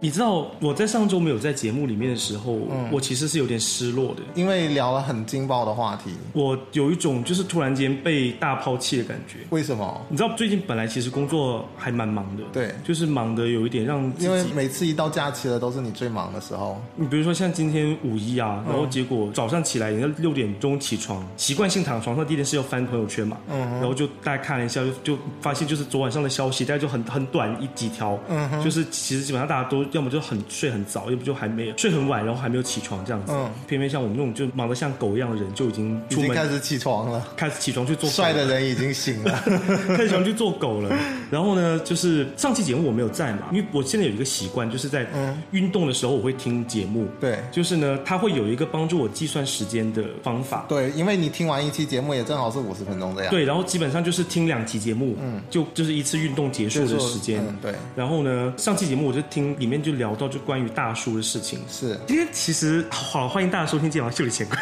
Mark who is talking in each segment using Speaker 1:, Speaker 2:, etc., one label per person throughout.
Speaker 1: 你知道我在上周没有在节目里面的时候，
Speaker 2: 嗯
Speaker 1: 我其实是有点失落的。
Speaker 2: 因为聊了很劲爆的话题，
Speaker 1: 我有一种就是突然间被大抛弃的感觉。
Speaker 2: 为什么？
Speaker 1: 你知道最近本来其实工作还蛮忙的，
Speaker 2: 对
Speaker 1: 就是忙的有一点让自
Speaker 2: 因为
Speaker 1: 己，
Speaker 2: 每次一到假期了，都是你最忙的时候。
Speaker 1: 你比如说像今天五一啊，
Speaker 2: 嗯
Speaker 1: 然后结果早上起来人家六点钟起床，习惯性躺床上第一件事要翻朋友圈嘛，
Speaker 2: 嗯
Speaker 1: 然后就大家看了一下，就就发现就是昨晚上的消息，大家就很很短一几条，
Speaker 2: 嗯
Speaker 1: 就是其实基本上大家都要么就很睡很早，要不就还没有睡很晚，然后还没有起床这样子。
Speaker 2: 嗯
Speaker 1: 偏偏像我们那种就忙得像狗一样的人，就已经
Speaker 2: 已
Speaker 1: 出
Speaker 2: 经
Speaker 1: 门
Speaker 2: 开始起床了，
Speaker 1: 开始起床去做狗
Speaker 2: 帅的人已经醒了。
Speaker 1: 开始想去做狗了。然后呢，就是上期节目我没有在嘛，因为我现在有一个习惯，就是在
Speaker 2: 嗯
Speaker 1: 运动的时候我会听节目。
Speaker 2: 对
Speaker 1: 就是呢，它会有一个帮助我计算时间的方法。
Speaker 2: 对，因为你听完一期节目也正好是五十分钟这样。，
Speaker 1: 对，然后基本上就是听两期节目，嗯，就就是一次运动结束的时间。
Speaker 2: 嗯，对，
Speaker 1: 然后呢，上期节目我就听里面就聊到就关于大叔的事情。
Speaker 2: 是，
Speaker 1: 今天其实好欢迎大家收听《今晚秀里乾坤》，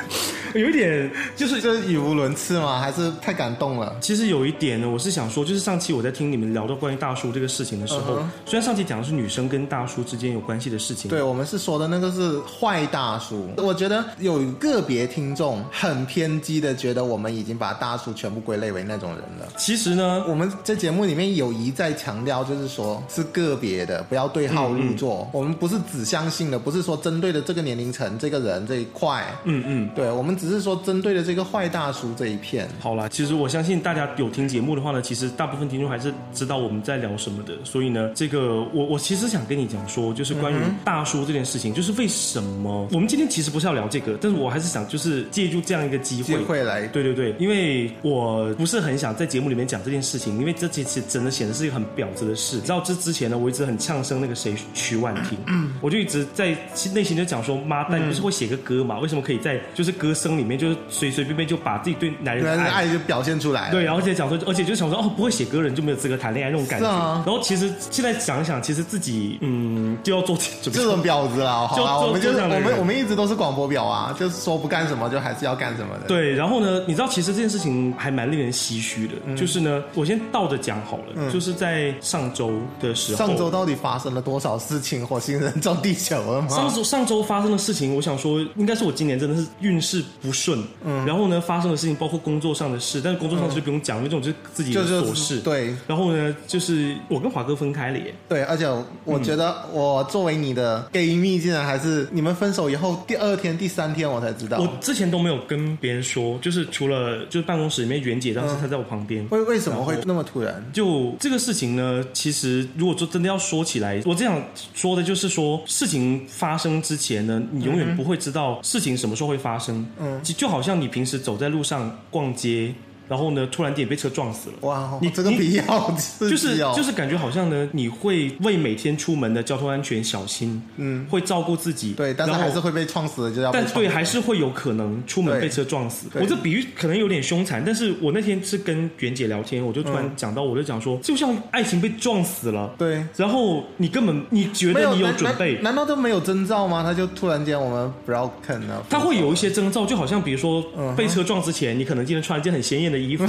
Speaker 1: 有一点就是嗯
Speaker 2: 这语无伦次吗？还是太感动了？
Speaker 1: 其实有一点呢，我是想说，就是上期我在听你们聊到关于大叔这个事情的时候虽然上期讲的是女生跟大叔之间有关系的事情，
Speaker 2: 嗯对，我们是说的那个是坏大叔。我觉得有个别听众很偏激的，觉得我们已经把大叔全部归类为那种人了。
Speaker 1: 其实呢，
Speaker 2: 我们在节目里面有一再强调，就是说是个别的，不要对号入座。
Speaker 1: 嗯
Speaker 2: 我们不是指向性的，不是说针对的这个年龄层、这个人这一块。
Speaker 1: 嗯嗯，
Speaker 2: 对，我们只是说针对的这个坏大叔这一片。
Speaker 1: 好啦，其实我相信大家有听节目的话呢，其实大部分听众还是知道我们在聊什么的，所以呢，这个我我其实想跟你讲说，就是关于大叔这件事情，就是为什么我们今天其实不是要聊这个，但是我还是想就是借助这样一个机
Speaker 2: 机
Speaker 1: 会。
Speaker 2: 会来
Speaker 1: 对对对，因为我不是很想在节目里面讲这件事情，因为这其实真的显得是一个很婊子的事。直到这之前呢，我一直很呛声那个谁曲婉婷，我就一直在内心就讲说，妈蛋，你不是会写个歌嘛？为什么可以在就是歌声里面就是随随便便就把自己对男人
Speaker 2: 原
Speaker 1: 的
Speaker 2: 来
Speaker 1: 爱？
Speaker 2: 爱就表现出来了。
Speaker 1: 对，然后而且讲说，而且就想说，哦，不会写歌的人就没有资格谈恋爱那种感觉。
Speaker 2: 是啊
Speaker 1: 然后其实现在想一想，其实自己嗯就要做准备
Speaker 2: 这种婊子啊，好
Speaker 1: 就
Speaker 2: 啦，
Speaker 1: 就
Speaker 2: 我们就是
Speaker 1: 就这
Speaker 2: 我
Speaker 1: 样的人
Speaker 2: 们我们一直都是广播婊啊，就是说不干什么就还是要干什么的。，
Speaker 1: 对，然后呢，你知道其实这件事情还蛮令人唏嘘的，
Speaker 2: 嗯
Speaker 1: 就是呢，我先倒着讲好了，就是在上周的时候，
Speaker 2: 上周到底发生了多少事情？火星人撞地球了
Speaker 1: 上
Speaker 2: 吗？
Speaker 1: 周上周发生的事情，我想说，应该是我今年真的是运势不顺。嗯，然后呢，发生的事情包括工作上的事，但是工作上的事就不用讲，因为这种就是自己的
Speaker 2: 嗯就
Speaker 1: 琐
Speaker 2: 就
Speaker 1: 事。
Speaker 2: 是对
Speaker 1: 然后呢，就是我跟华哥分开了耶。
Speaker 2: 对，而且我觉
Speaker 1: 嗯
Speaker 2: 得我作为你的 gay 蜜，竟然啊还是你们分手以后第二天、第三天我才知道
Speaker 1: 我。之前都没有跟别人说，就是除了就是办公室里面袁姐当时她在我旁边，
Speaker 2: 为为什么会那么突然？
Speaker 1: 就这个事情呢，其实如果说真的要说起来，我这样说的就是说，事情发生之前呢，你永远不会知道事情什么时候会发生。嗯，就就好像你平时走在路上逛街，然后呢，突然间被车撞死了。
Speaker 2: 哇，
Speaker 1: 你
Speaker 2: 这个
Speaker 1: 你
Speaker 2: 比较刺
Speaker 1: 就是
Speaker 2: 激哦！
Speaker 1: 就是感觉好像呢，你会为每天出门的交通安全小心，嗯，会照顾自己，
Speaker 2: 对，但是
Speaker 1: 然后
Speaker 2: 还是会被撞死的，就要被
Speaker 1: 但
Speaker 2: 撞
Speaker 1: 对，还是会有可能出门被车撞死。
Speaker 2: 对
Speaker 1: 我这比喻可能有点凶残，但是我那天是跟袁姐聊天，我就突然讲到，我就讲说，就像爱情被撞死了，
Speaker 2: 对。
Speaker 1: 然后你根本你觉
Speaker 2: 没
Speaker 1: 得
Speaker 2: 有
Speaker 1: 你有
Speaker 2: 难
Speaker 1: 准备
Speaker 2: 难，难道都没有征兆吗？他就突然间我们 broken 了。
Speaker 1: 它会有一些征兆，就好像比如说被车撞之前，你可能今天穿了一件很鲜艳的衣 服，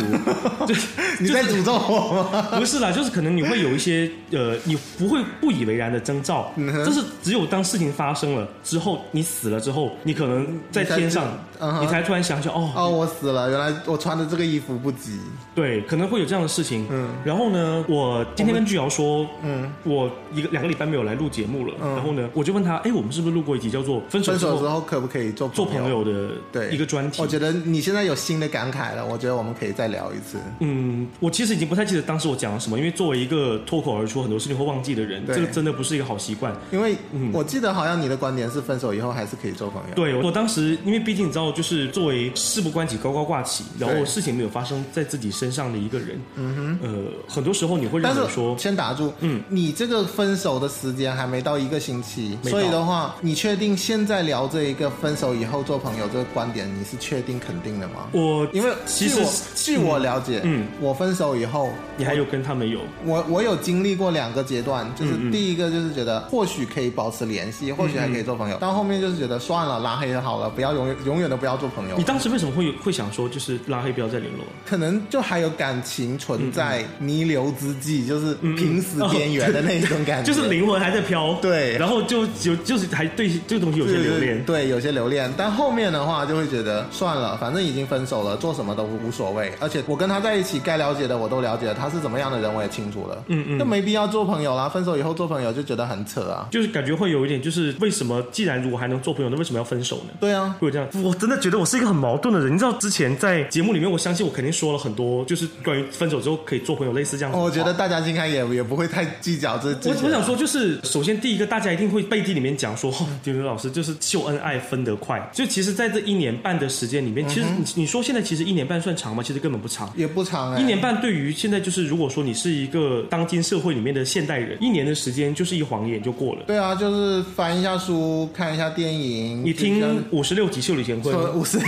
Speaker 1: 就
Speaker 2: 你在诅咒我吗？
Speaker 1: 不是啦，就是可能你会有一些呃，你不会不以为然的征兆，
Speaker 2: 嗯
Speaker 1: 但是只有当事情发生了之后，你死了之后，你可能在
Speaker 2: 你才
Speaker 1: 天上
Speaker 2: 知，嗯哼
Speaker 1: 你才突然想起哦，
Speaker 2: 哦，我死了！原来我穿的这个衣服不吉。
Speaker 1: 对，可能会有这样的事情。嗯，然后呢，我今天跟巨瑶说，嗯，我一个两个礼拜没有来录节目了。然后呢，我就问他，哎，我们是不是录过一集叫做“分手
Speaker 2: 嗯分
Speaker 1: 之
Speaker 2: 手
Speaker 1: 后
Speaker 2: 之后可不可以做
Speaker 1: 做朋？友”的
Speaker 2: 对，哦
Speaker 1: 一个专题
Speaker 2: 我？觉得你现在有新的感慨了，我觉得我们可以再聊一次。
Speaker 1: 嗯，我其实已经不太记得当时我讲了什么，因为作为一个脱口而出很多事情会忘记的人，
Speaker 2: 对
Speaker 1: 这个真的不是一个好习惯。
Speaker 2: 因为我记得好像你的观点是分手以后还是可以做朋友。
Speaker 1: 嗯对我当时，因为毕竟你知道，就是作为事不关己高高挂起，然后
Speaker 2: 对
Speaker 1: 事情没有发生在自己身上的一个人，嗯哼，呃，很多时候你会
Speaker 2: 但
Speaker 1: 认
Speaker 2: 是
Speaker 1: 为说，
Speaker 2: 先打住，嗯，你这个分手的时间还没到一个星期，
Speaker 1: 没到
Speaker 2: 所以的话，你确定现在聊这一个分手以后做朋友这个观点，你是确定肯定的吗？
Speaker 1: 我
Speaker 2: 因为
Speaker 1: 其
Speaker 2: 据
Speaker 1: 实
Speaker 2: 我据我了解，
Speaker 1: 嗯嗯
Speaker 2: 我分手以后，
Speaker 1: 你还有跟他们有
Speaker 2: 我我有经历过两个阶段，就
Speaker 1: 嗯
Speaker 2: 是
Speaker 1: 嗯
Speaker 2: 第一个就是觉得或许可以保持联系，或许还可以做朋
Speaker 1: 嗯
Speaker 2: 友，到后面就是觉得算了，拉黑就好了，不要永远永远都不要做朋友
Speaker 1: 你。当时为什么会有会想说就是拉黑不要再联络？
Speaker 2: 可能就还有感情存在弥留之际，就是濒死边缘的那一种感觉，
Speaker 1: 就是灵魂还在飘，
Speaker 2: 对
Speaker 1: 然后就有就是还对这个东西有些留恋，
Speaker 2: 对，有些留恋。但后面的话就会觉得算了，反正已经分手了，做什么都无所谓。而且我跟他在一起，该了解的我都了解了，他是怎么样的人我也清楚了，
Speaker 1: 嗯嗯
Speaker 2: 就没必要做朋友啦。分手以后做朋友就觉得很扯啊。
Speaker 1: 就是感觉会有一点就是为什么既然如果还能做朋友，那为什么要分手呢？
Speaker 2: 对啊，
Speaker 1: 会有这样，我真的觉得我是一个很矛盾的人。你知道之前在节目里面，我相信我肯定说了很多，就是关于分手之后可以做朋友类似这样子的话。
Speaker 2: 我觉得大家应该也也不会太计较这。
Speaker 1: 我
Speaker 2: 这些
Speaker 1: 我想说，就是首先第一个，大家一定会背地里面讲说，哦，丢丢老师就是秀恩爱分得快。就其实，在这一年半的时间里面，其实你你说现在其实一年半算长吗？其实根本不长。
Speaker 2: 也不长哎、
Speaker 1: 一年半对于现在就是，如果说你是一个当今社会里面的现代人，一年的时间就是一晃眼就过了。
Speaker 2: 对啊，就是翻一下书，看一下电影。
Speaker 1: 你听五十六集《秀里乾坤》，
Speaker 2: 五十六、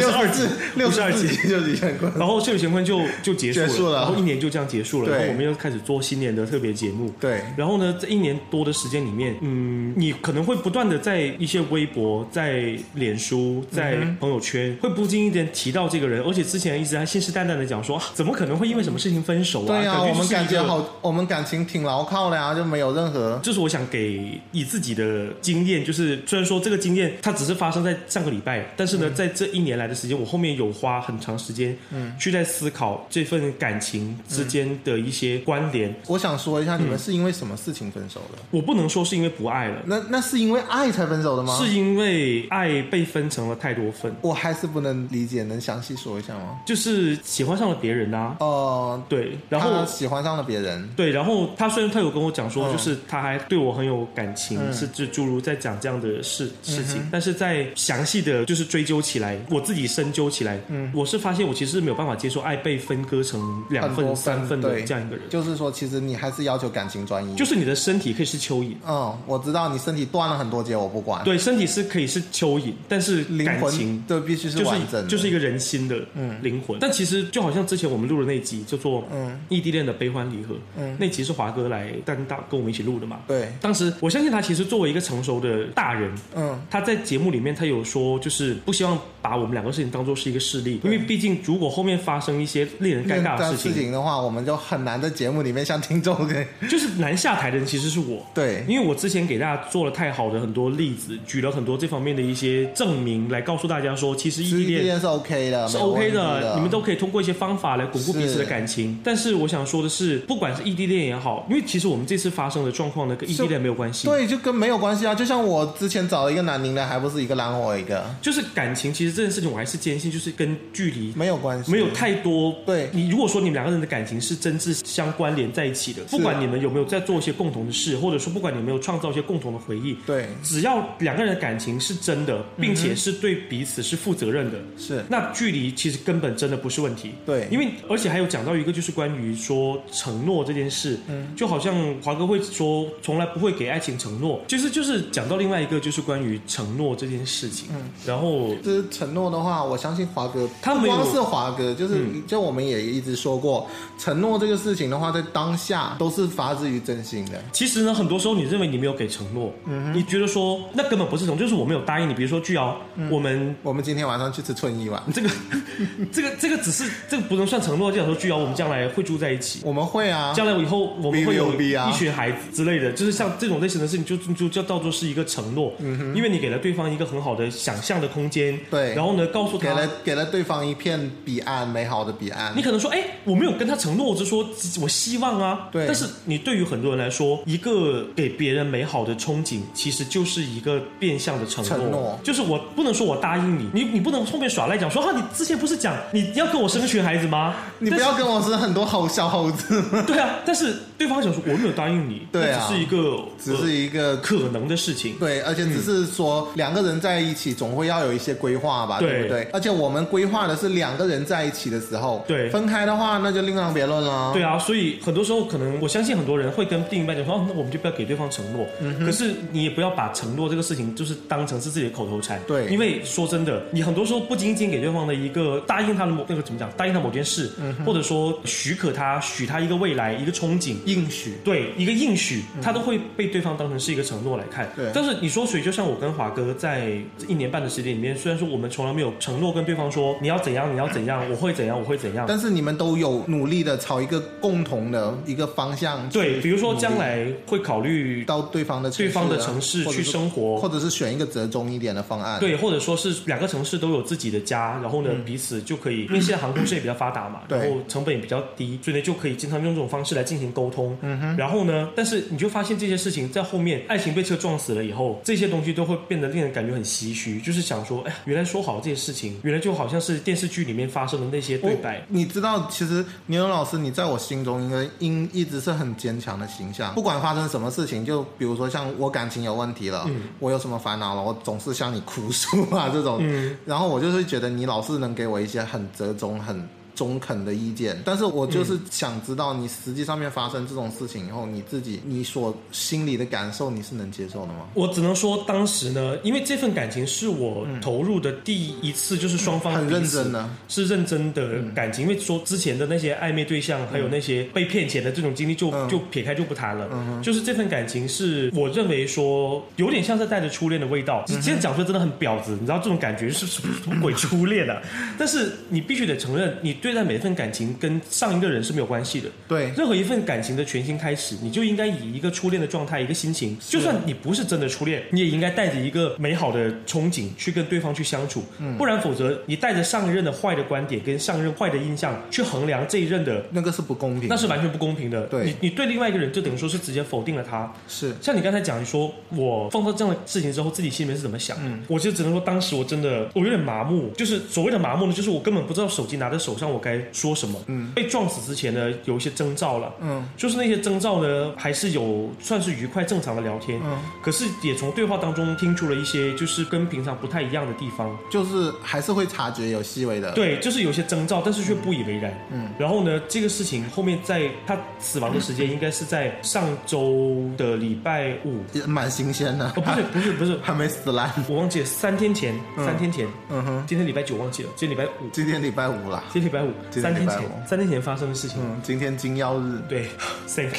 Speaker 1: 52集
Speaker 2: 六十
Speaker 1: 52集
Speaker 2: 集就已经过了。
Speaker 1: 然后《秀里乾坤》就就结束了，
Speaker 2: 结束了
Speaker 1: 然后一年就这样结束了。
Speaker 2: 对
Speaker 1: 然后我们又开始做新年的特别节目。
Speaker 2: 对，
Speaker 1: 然后呢，这一年多的时间里面，嗯，你可能会不断的在一些微博、在脸书、在
Speaker 2: 嗯
Speaker 1: 朋友圈，会不经意间提到这个人，而且之前一直还信誓旦旦的讲说、啊，怎么可能会因为什么事情分手啊？
Speaker 2: 对啊，我
Speaker 1: 就
Speaker 2: 们
Speaker 1: 是
Speaker 2: 感
Speaker 1: 一
Speaker 2: 觉
Speaker 1: 个。
Speaker 2: 好，我们感情挺牢靠的啊，就没有任何
Speaker 1: 就是我想给以自己的经验，就是虽然说这个经验它只是发生在上个礼拜，但是呢，在这一年来的时间，我后面有花很长时间，嗯，去在思考这份感情之间的一些关联。
Speaker 2: 我想说一下，你们是因为什么事情分手的？
Speaker 1: 我不能说是因为不爱了，
Speaker 2: 那那是因为爱才分手的吗？
Speaker 1: 是，因为爱被分成了太多份，
Speaker 2: 我还是不能理解，能详细说一下吗？
Speaker 1: 就是喜欢上了别人呐、
Speaker 2: 哦、
Speaker 1: 对，然后
Speaker 2: 他喜欢上了别人，
Speaker 1: 对，然后他虽然他有跟我讲说，
Speaker 2: 嗯
Speaker 1: 就是他还对我很有感情，
Speaker 2: 嗯
Speaker 1: 是就诸如在讲这样的事事情，但是在详细的就是追究起来，我自己深究起来，
Speaker 2: 嗯
Speaker 1: 我是发现我其实是没有办法接受爱被分割成两
Speaker 2: 很
Speaker 1: 份、
Speaker 2: 多
Speaker 1: 三份的
Speaker 2: 对
Speaker 1: 这样一个人，
Speaker 2: 就是说，其实你还是要求感情专一。
Speaker 1: 就是你的身体可以是蚯蚓，
Speaker 2: 嗯，我知道你身体断了很多节，我不管。，
Speaker 1: 对，身体是可以是蚯蚓，但是
Speaker 2: 灵
Speaker 1: 感情
Speaker 2: 魂对必须
Speaker 1: 就是
Speaker 2: 完整的
Speaker 1: 就是一个人心的灵魂。但其实就好像之前我们录的那集叫做《
Speaker 2: 嗯
Speaker 1: 异地恋的悲欢离合》，
Speaker 2: 嗯
Speaker 1: 那集是华哥来担当跟我们一起录的嘛。
Speaker 2: 对，
Speaker 1: 当时我相信他其实作为一个成熟的大人，
Speaker 2: 嗯，
Speaker 1: 他在节目里面他有说，就是不希望把我们两个事情当做是一个事例，因为毕竟如果后面发生一些令人尴尬
Speaker 2: 那
Speaker 1: 的事
Speaker 2: 事
Speaker 1: 情，
Speaker 2: 情的话，我们就很难在节目里面向听众给
Speaker 1: 就是难下台的人其实是我。
Speaker 2: 对
Speaker 1: 因为我之前给大家做了太好的很多例子，举了很多这方面的一些证明来告诉大家说，其实异
Speaker 2: 异
Speaker 1: 地
Speaker 2: 地
Speaker 1: 恋
Speaker 2: 恋是 OK 的，
Speaker 1: 是
Speaker 2: 没有
Speaker 1: OK
Speaker 2: 问题
Speaker 1: 的，
Speaker 2: 的，
Speaker 1: 你们都可以通过一些方法来巩固
Speaker 2: 是
Speaker 1: 彼此的感情。但是我想说的是，不管是异地恋也好，因为其实我们这次发生的状况呢，跟异地恋没有关系。，
Speaker 2: 对，就跟没有关系啊。就像我之前找了一个南宁的，还不是一个蓝火一个，
Speaker 1: 就是感情，其实这件事情我还是坚信，就是跟距离
Speaker 2: 没有关系，
Speaker 1: 没有太多。
Speaker 2: 对
Speaker 1: 你如果说你们两个人的感情是真挚相关联在一起的，不管你们有没有在做一些共同的事，或者说不管你有没有创造一些共同的回忆，
Speaker 2: 对，
Speaker 1: 只要两个人的感情是真的，并且是对彼此是负责任的，
Speaker 2: 是
Speaker 1: 那距离其实根本真的不是问题。
Speaker 2: 对
Speaker 1: 因为而且还有讲到一个就是关于说承诺这件事，就好像华哥会说从来不会给爱情承诺，就是就是讲到另外一个就是关于承诺这件事情，然后
Speaker 2: 这承诺的话，我相信华哥，
Speaker 1: 他
Speaker 2: 不
Speaker 1: 没有嗯
Speaker 2: 光是华哥，就是、就我们也一直说过，承诺这个事情的话，在当下都是发自于真心的。
Speaker 1: 其实呢，很多时候你认为你没有给承诺，你觉得说那根本不是承诺，就是我没有答应你。比如说巨瑶，我们
Speaker 2: 我们今天晚上去吃春一碗，
Speaker 1: 这个 这个这个只是这个不能算承诺，就想说巨瑶我们将来会住在一起。
Speaker 2: 我们会啊，
Speaker 1: 将来以后我们会有
Speaker 2: BVOB 啊
Speaker 1: 一群孩子之类的，就是像这种类型的事情就，就就叫当做是一个承诺，因为你给了对方一个很好的想象的空间，
Speaker 2: 嗯对
Speaker 1: 然后呢，告诉
Speaker 2: 给
Speaker 1: 他
Speaker 2: 了，给了对方一片彼岸，美好的彼岸
Speaker 1: 你。可能说，哎，我没有跟他承诺，我只是说我希望啊，
Speaker 2: 对
Speaker 1: 但是你对于很多人来说，一个给别人美好的憧憬，其实就是一个变相的承诺，
Speaker 2: 承诺
Speaker 1: 就是我不能说我答应你，你你不能后面耍赖讲说，哈、啊，你之前不是讲你要跟我生一群孩子吗？
Speaker 2: 你不
Speaker 1: 但是
Speaker 2: 要跟我是很多猴小 猴子，
Speaker 1: 对啊，但是对方想说我没有答应你，
Speaker 2: 对啊
Speaker 1: 那只是一个
Speaker 2: 只
Speaker 1: 呃
Speaker 2: 是一个
Speaker 1: 可能的事情。
Speaker 2: 对，而且只是说两个人在一起总会要有一些规划吧，
Speaker 1: 对
Speaker 2: 对不对？而且我们规划的是两个人在一起的时候，
Speaker 1: 对
Speaker 2: 分开的话那就另当别论了。
Speaker 1: 对啊，所以很多时候可能我相信很多人会跟另一半讲说，哦，那我们就不要给对方承诺。
Speaker 2: 嗯
Speaker 1: 可是你也不要把承诺这个事情就是当成是自己的口头禅。
Speaker 2: 对
Speaker 1: 因为说真的，你很多时候不经意间给对方的一个答应他的让某那个怎么讲，答应他某件事，
Speaker 2: 嗯
Speaker 1: 或者说许可他，许他一个未来，一个憧憬。
Speaker 2: 应许，
Speaker 1: 对一个应许，他都会被对方当成是一个承诺来看。
Speaker 2: 嗯对
Speaker 1: 但是你说，所以就像我跟华哥在这一年半的时间里面，虽然说我们从来没有承诺跟对方说你要怎样，你要怎样，我会怎样，我会怎样。
Speaker 2: 但是你们都有努力的朝一个共同的一个方向，
Speaker 1: 对，比如说将来会考虑
Speaker 2: 到对方的城
Speaker 1: 对
Speaker 2: 市啊
Speaker 1: 方的城市
Speaker 2: 或者
Speaker 1: 去
Speaker 2: 是
Speaker 1: 生活，
Speaker 2: 嗯或者是选一个折中一点的方案。
Speaker 1: 对，或者说是两个城市都有自己的家，然后呢，彼此就可以，因为现在航空事业比较发达嘛，
Speaker 2: 嗯对
Speaker 1: 然后成本也比较低，所以呢就可以经常用这种方式来进行沟通。嗯哼。然后呢，但是你就发现这些事情在后面，爱情被车撞死了以后，这些东西都会变得令人感觉很唏嘘，就是想说，哎呀，原来说好这些事情，原来就好像是电视剧里面发生的那些对白。
Speaker 2: 哦你知道，其实牛牛老师，你在我心中应该应一直是很坚强的形象。不管发生什么事情，就比如说像我感情有问题了，
Speaker 1: 嗯
Speaker 2: 我有什么烦恼了，我总是向你哭诉啊这种。
Speaker 1: 嗯
Speaker 2: 然后我就是觉得你老是能给我一些很折中、很中肯的意见，但是我
Speaker 1: 嗯
Speaker 2: 就是想知道你实际上面发生这种事情以后，你自己你所心里的感受，你是能接受的吗？
Speaker 1: 我只能说，当时呢，因为这份感情是我投入的第一次，就是双方
Speaker 2: 嗯很
Speaker 1: 彼
Speaker 2: 认
Speaker 1: 此
Speaker 2: 真的，
Speaker 1: 是认真的感情，因为说之前的那些暧昧对象，还有那些被骗钱的这种经历就，就、
Speaker 2: 嗯
Speaker 1: 撇开就不谈了。就是这份感情是我认为说有点像是带着初恋的味道。现在讲出来真的很婊子，你知道这种感觉是什么什么鬼初恋啊？但是你必须得承认，你对待每一份感情跟上一个人是没有关系的。
Speaker 2: 对，
Speaker 1: 任何一份感情的全新开始，你就应该以一个初恋的状态、一个心情，就算你不是真的初恋，你也应该带着一个美好的憧憬去跟对方去相处。不然否则你带着上一任的坏的观点跟上一任坏的印象去衡量这一任的，
Speaker 2: 那个是不公平
Speaker 1: 那
Speaker 2: 的，
Speaker 1: 是完全不公平的。
Speaker 2: 对
Speaker 1: 你你对另外一个人就等于说是直接否定了他。
Speaker 2: 是
Speaker 1: 像你刚才讲，你说我放到这样的事情之后，自己心里面是怎么想的？我就只能说，当时我真的我有点麻木，就是所谓的麻木呢，就是我根本不知道手机拿在手上我该说什么。嗯，被撞死之前呢，有一些征兆了。
Speaker 2: 嗯，
Speaker 1: 就是那些征兆呢，还是有算是愉快正常的聊天。
Speaker 2: 嗯，
Speaker 1: 可是也从对话当中听出了一些就是跟平常不太一样的地方。
Speaker 2: 就是还是会察觉有细微的，
Speaker 1: 对，就是有些征兆，但是却不以为然。嗯，然后呢，这个事情后面在他死亡的时间应该是在上周的礼拜五。
Speaker 2: 也蛮新鲜的。
Speaker 1: 哦，不是，不是，不是，
Speaker 2: 还没死烂。
Speaker 1: 我忘记了，三天前，三天前，
Speaker 2: 啊嗯哼，
Speaker 1: 今天礼拜九忘记了，今天礼拜五，
Speaker 2: 今天礼拜五啦，
Speaker 1: 今天礼拜五，
Speaker 2: 今
Speaker 1: 三
Speaker 2: 天礼
Speaker 1: 天
Speaker 2: 拜五
Speaker 1: 前，三天前发生的事情。
Speaker 2: 嗯，今天金曜日，
Speaker 1: 对 ，Thank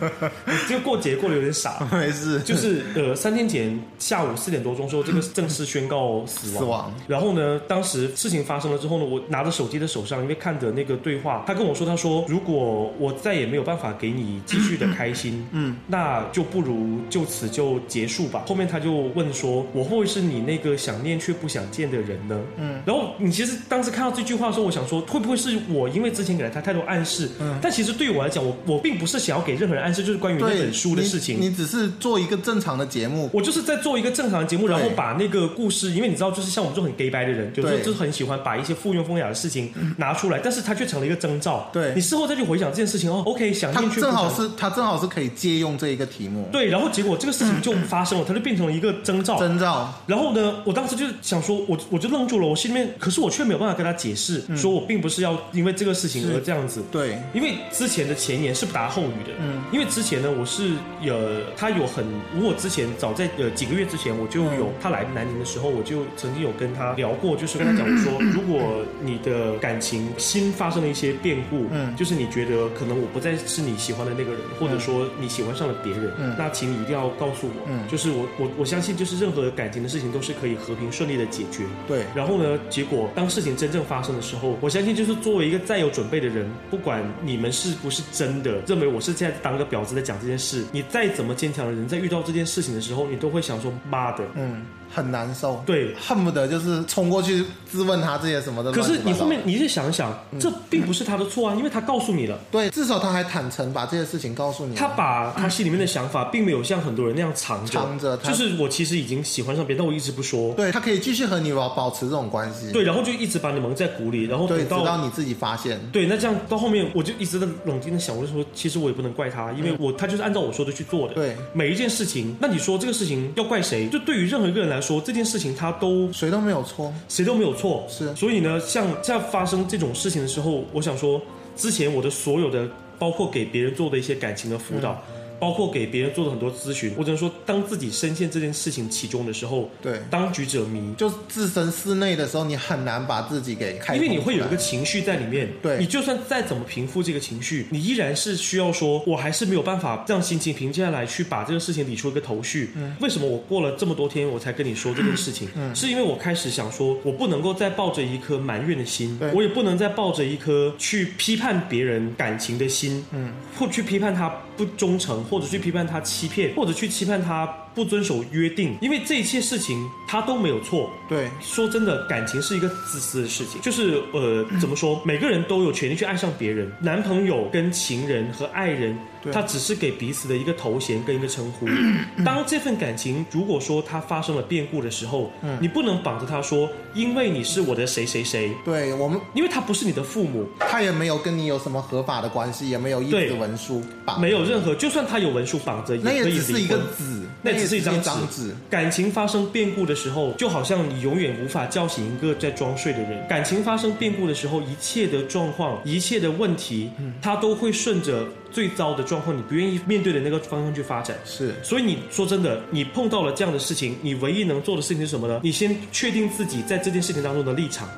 Speaker 1: you，你这个过节过得有点傻。
Speaker 2: 没事，
Speaker 1: 就是呃，三天前下午四点多钟的时候， 这个正式宣告死亡。
Speaker 2: 死亡。
Speaker 1: 然后呢，当时事情发生了之后呢，我拿着手机的手上，因为看着那个对话，他跟我说，他说如果我再也没有办法给你继续的开心，嗯，那就不如就此就结束吧。后面他就问说，我会不会是你那个想念却不想见的人呢？嗯，然后你其实当时看到这句话的时候，我想说，会不会是我因为之前给了他太多暗示？嗯，但其实对我来讲，我我并不是想要给任何人暗示，就是关于那
Speaker 2: 对
Speaker 1: 本书的事情。
Speaker 2: 你，你只是做一个正常的节目，
Speaker 1: 我就是在做一个正常的节目，
Speaker 2: 对
Speaker 1: 然后把那个故事，因为你知道，就是像我们这种很 gay 白的人，有时候
Speaker 2: 对
Speaker 1: 就是很喜欢把一些附庸风雅的事情拿出来，但是它却成了一个征兆。
Speaker 2: 对
Speaker 1: 你事后再去回想这件事情，哦，OK，想
Speaker 2: 他
Speaker 1: 念却不
Speaker 2: 正好
Speaker 1: 想。
Speaker 2: 是他正好是可以借用这一个题目，
Speaker 1: 对，然后结果这个事情就发生
Speaker 2: 嗯
Speaker 1: 了，它就变成了一个征兆。
Speaker 2: 征兆，
Speaker 1: 然后呢，我当时就想说，我我就愣住了，我心里面，可是我却没有办法跟他解释，
Speaker 2: 嗯
Speaker 1: 说我并不是要因为这个事情而这样子。
Speaker 2: 对，
Speaker 1: 因为之前的前言是不搭后语的，嗯，因为之前呢，我是呃，他有很，如果之前早在呃几个月之前，我就有、他来南宁的时候，我就曾经有跟他聊过，就是跟他讲我说，如果你的感情新发生了一些变故，嗯，就是你觉得可能我不再是你喜欢的那个人，或者说你喜欢上了别人，嗯，那请你一定要告诉我，嗯，就是我我我相信，就是任何感情的事情都是可以和平顺利的解决，
Speaker 2: 对，
Speaker 1: 然后呢，结果当事情真正发生的时候，我相信就是作为一个再有准备的人，不管你们是不是真的认为我是现在当个婊子在讲这件事，你再怎么坚强的人，在遇到这件事情的时候，你都会想说妈的，
Speaker 2: 嗯，很难受，，
Speaker 1: 对。
Speaker 2: 恨不得就是冲过去质问他这些什么的。
Speaker 1: 可是
Speaker 2: 乱七八
Speaker 1: 你
Speaker 2: 糟
Speaker 1: 后面你是想想，这并不是他的错啊，因为他告诉你了，
Speaker 2: 对，至少他还坦诚把这些事情告诉你了，
Speaker 1: 他把他心里面的想法，并没有像很多人那样藏着，
Speaker 2: 藏着他
Speaker 1: 就是我其实已经喜欢上别人，但我一直不说，
Speaker 2: 对他可以继续和你保保持这种关系，
Speaker 1: 对，然后就一直把你蒙在鼓里，然后
Speaker 2: 对，
Speaker 1: 等
Speaker 2: 直到你自己发现，
Speaker 1: 对，那这样到后面，我就一直在冷静的想，我就说，其实我也不能怪他，因为我他就是按照我说的去做的。
Speaker 2: 对，
Speaker 1: 每一件事情，那你说这个事情要怪谁？就对于任何一个人来说，这件事情他都
Speaker 2: 谁都没有错，
Speaker 1: 谁都没有错。
Speaker 2: 是
Speaker 1: 所以呢，像在发生这种事情的时候，我想说，之前我的所有的，包括给别人做的一些感情的辅导。包括给别人做的很多咨询，我只能说，当自己深陷这件事情其中的时候，
Speaker 2: 对
Speaker 1: 当局者迷，
Speaker 2: 就是置身事内的时候，你很难把自己给开，
Speaker 1: 因为你会有一个情绪在里面，
Speaker 2: 对
Speaker 1: 你就算再怎么平复这个情绪，你依然是需要说，我还是没有办法让心情平静下来，去把这个事情理出一个头绪。
Speaker 2: 嗯
Speaker 1: 为什么我过了这么多天，我才跟你说这件事情？是因为我开始想说，我不能够再抱着一颗埋怨的心
Speaker 2: 对，
Speaker 1: 我也不能再抱着一颗去批判别人感情的心，
Speaker 2: 嗯，
Speaker 1: 或去批判他不忠诚，或者去批判他欺骗，或者去批判他不遵守约定，因为这一切事情他都没有错，
Speaker 2: 对
Speaker 1: 说真的，感情是一个自私的事情，就是呃，怎么说？每个人都有权利去爱上别人，男朋友、跟情人和爱人
Speaker 2: 对，
Speaker 1: 他只是给彼此的一个头衔跟一个称 呼。当这份感情如果说它发生了变故的时候，
Speaker 2: 嗯
Speaker 1: 你不能绑着他说，因为你是我的谁谁谁，
Speaker 2: 对，我们
Speaker 1: 因为他不是你的父母，
Speaker 2: 他也没有跟你有什么合法的关系，也没有一
Speaker 1: 对
Speaker 2: 纸文书吧，
Speaker 1: 没有任何，就算他有文书绑着，也
Speaker 2: 那也
Speaker 1: 可以
Speaker 2: 只是一
Speaker 1: 离
Speaker 2: 个
Speaker 1: 婚。
Speaker 2: 纸，
Speaker 1: 那也
Speaker 2: 也
Speaker 1: 只是
Speaker 2: 一
Speaker 1: 一张
Speaker 2: 张
Speaker 1: 纸
Speaker 2: 纸，
Speaker 1: 感情发生变故的时候，就好像你永远无法叫醒一个在装睡的人。感情发生变故的时候，一切的状况、一切的问题，它都会顺着最糟的状况，你不愿意面对的那个方向去发展。
Speaker 2: 是
Speaker 1: 所以你说真的，你碰到了这样的事情，你唯一能做的事情是什么呢？你先确定自己在这件事情当中的立场，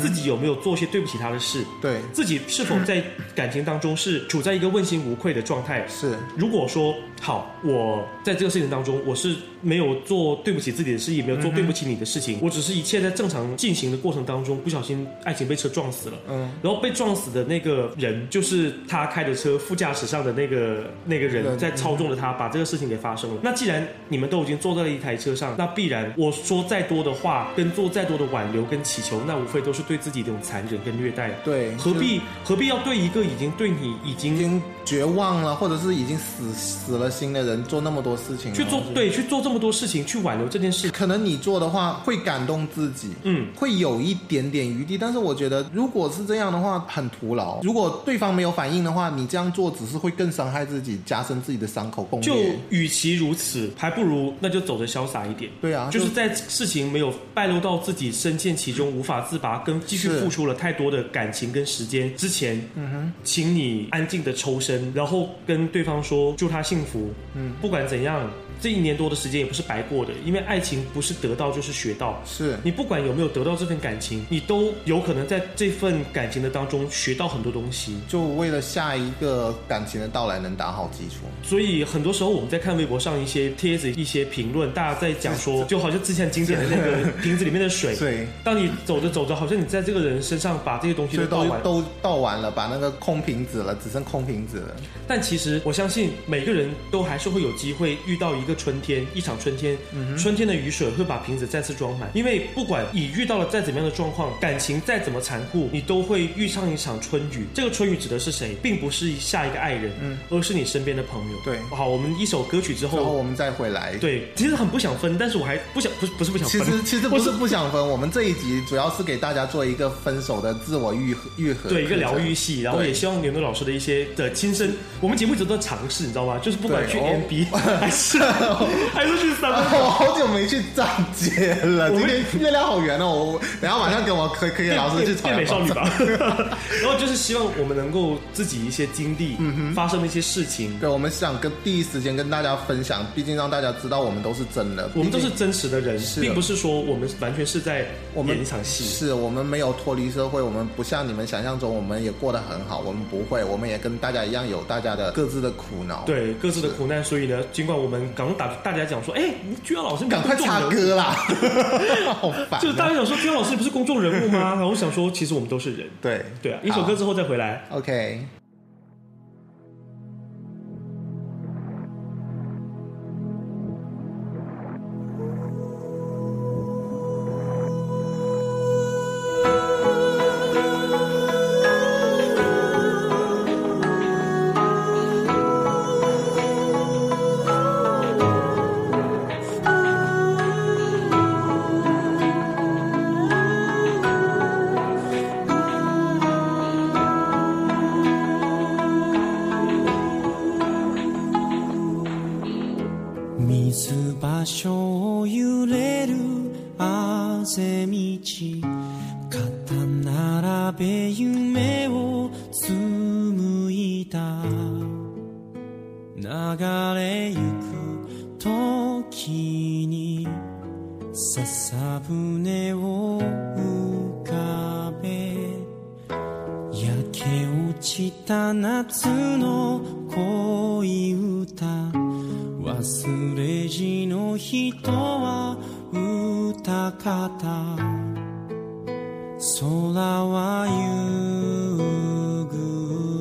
Speaker 1: 自己有没有做些对不起他的事，
Speaker 2: 对，
Speaker 1: 自己是否在感情当中是处在一个问心无愧的状态，
Speaker 2: 是
Speaker 1: 如果说好，我在这个事情当中，我是没有做对不起自己的事，也没有做对不起你的事情，我只是一切在正常进行的过程当中，不小心爱情被车撞死了。
Speaker 2: 嗯，
Speaker 1: 然后被撞死的那个人，就是他开的车副驾驶上的那个那个
Speaker 2: 人
Speaker 1: 人，在操纵着他，把这个事情给发生了。那既然你们都已经坐在了一台车上，那必然我说再多的话，跟做再多的挽留跟祈求，那无非都是对自己的一种残忍跟虐待。
Speaker 2: 对，
Speaker 1: 何必何必要对一个已经对你已
Speaker 2: 就已
Speaker 1: 经
Speaker 2: 经绝望了，或者是已经死死了心的人做那么多事情了，
Speaker 1: 去做对去做这么多事情去挽留这件事，
Speaker 2: 可能你做的话会感动自己，
Speaker 1: 嗯，
Speaker 2: 会有一点点余地，但是我觉得如果是这样的话，很徒劳。如果对方没有反应的话，你这样做只是会更伤害自己，加深自己的伤口，更
Speaker 1: 就
Speaker 2: 裂。
Speaker 1: 与其如此，还不如那就走得潇洒一点。
Speaker 2: 对啊，
Speaker 1: 就是在事情没有败露到自己深陷其中无法自拔，跟继续
Speaker 2: 是
Speaker 1: 付出了太多的感情跟时间之前，嗯哼，请你安静的抽身，然后跟对方说祝他幸福，嗯，不管怎样，这一年多的时间也不是白过的，因为爱情不是得到就是学到，
Speaker 2: 是
Speaker 1: 你不管有没有得到这份感情，你都有可能在这份感情的当中学到很多东西，
Speaker 2: 就为了下一个感情的到来能打好基础。
Speaker 1: 所以很多时候我们在看微博上一些帖子、一些评论，大家在讲说，就好像之前经典的那个瓶子里面的水，
Speaker 2: 对，
Speaker 1: 当你走着走着，好像你在这个人身上把这些东西
Speaker 2: 所
Speaker 1: 都倒
Speaker 2: 以都
Speaker 1: 完。
Speaker 2: 都倒完了，把那个空瓶子了，只剩空瓶子了。
Speaker 1: 但其实我相信每个人都还是会有机会遇到一个春天，一场春天，
Speaker 2: 嗯
Speaker 1: 春天的雨水会把瓶子再次装满。因为不管你遇到了再怎么样的状况，感情再怎么残酷，你都会遇上一场春雨。这个春雨指的是谁，并不是下一个爱人，而是你身边的朋友。
Speaker 2: 嗯对
Speaker 1: 好，我们一首歌曲之
Speaker 2: 然后
Speaker 1: 后。
Speaker 2: 我们再回来。
Speaker 1: 对，其实很不想分，但是我还不想，不是不是不想
Speaker 2: 其
Speaker 1: 分，
Speaker 2: 实其实不
Speaker 1: 我
Speaker 2: 是
Speaker 1: 是
Speaker 2: 不想分，我们这一集主要是给大家做一个分手的自我愈合愈合，
Speaker 1: 对一个疗愈。系，然后
Speaker 2: 对
Speaker 1: 也希望牛牛老师的一些的亲身，我们节目一直都在尝试，你知道吗？就是不管
Speaker 2: 对
Speaker 1: 去
Speaker 2: 哦
Speaker 1: MB 还是 还是去三温
Speaker 2: 我好久没去站街了，
Speaker 1: 我
Speaker 2: 今
Speaker 1: 们
Speaker 2: 天月亮好圆哦。我我等一下晚上跟我可可以
Speaker 1: 变
Speaker 2: 老师去
Speaker 1: 变
Speaker 2: 采
Speaker 1: 变美少
Speaker 2: 访
Speaker 1: 女。吧。 然后就是希望我们能够自己一些经历，发生的一些事情，
Speaker 2: 嗯对，我们想跟第一时间跟大家分享，毕竟让大家知道我们都是真的，
Speaker 1: 我们
Speaker 2: 毕
Speaker 1: 都
Speaker 2: 竟
Speaker 1: 是真实的人，
Speaker 2: 是
Speaker 1: 并不是说我们完全是在
Speaker 2: 我们
Speaker 1: 演一场戏。
Speaker 2: 是我们没有脱离社会，我们不像你们想象中，我们也过得很好，我们不会，我们也跟大家一样有大家的各自的苦恼。，
Speaker 1: 对各自的苦难，所以呢，尽管我们赶快打大家讲说，哎，你居然老师
Speaker 2: 赶快
Speaker 1: 中
Speaker 2: 插
Speaker 1: 了
Speaker 2: 歌啦， 好 烦、
Speaker 1: 就大
Speaker 2: 啊。
Speaker 1: 家想说，居然老师你不是公众人物吗？然 后我想说，其实我们都是人。
Speaker 2: 对
Speaker 1: 对啊，一首歌之后再回来。
Speaker 2: 好，OK。
Speaker 3: 水場所を揺れるあぜ道肩並べ夢を紡いだ流れゆく時に笹舟を浮かべ焼け落ちた夏の恋歌忘れじの人は歌方空は夕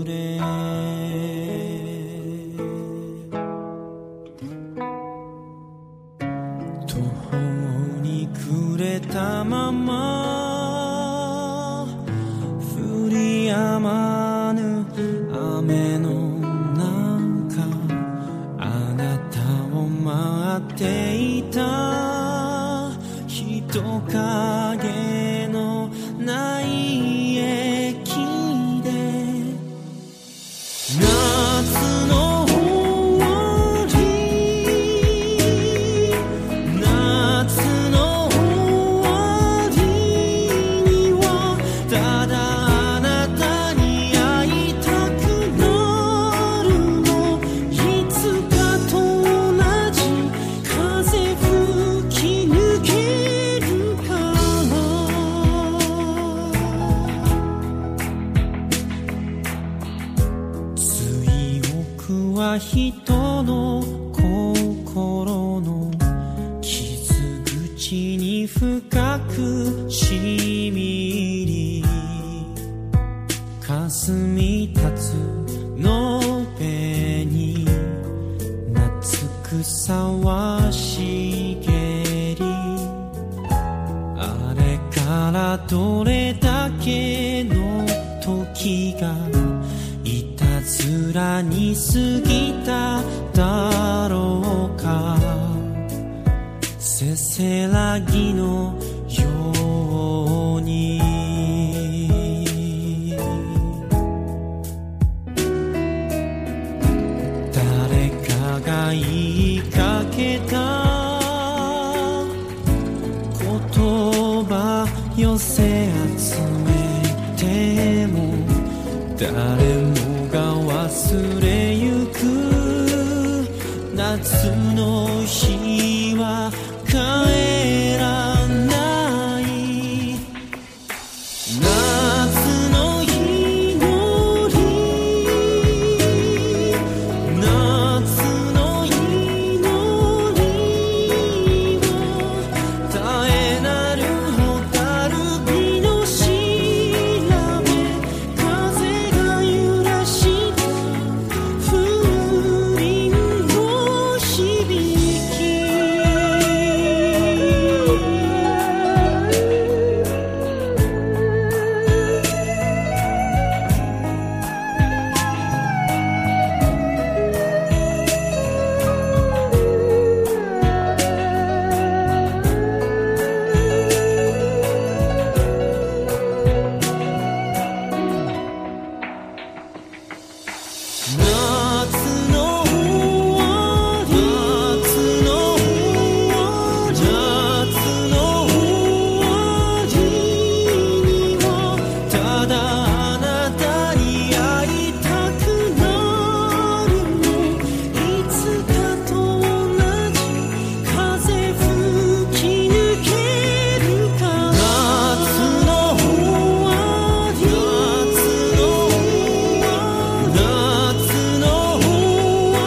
Speaker 3: 暮れ途方に暮れたまま降り止まぬ雨の中あなたを待っていた人影のない駅で夏の終わり夏の終わりにはただあなたに会いたくなるのいつかと同じ風吹き抜けるから追憶は人の心の傷口に深くしみ入り霞み立つのべに夏草は茂りあれからどれだけの時がいたずらに過ぎただろうかせせらぎのように誰かが言いかけた言葉寄せ集めても誰もが忘れゆく夏の日は帰らない夏の日のり夏の日のりは絶えなる蛍火の調べ風が揺らした風鈴の響き夏の終わり夏の終わりにはただあなたに会いたくなるのいつかと同じ風吹き抜けるから夏の終わり夏の終わり夏の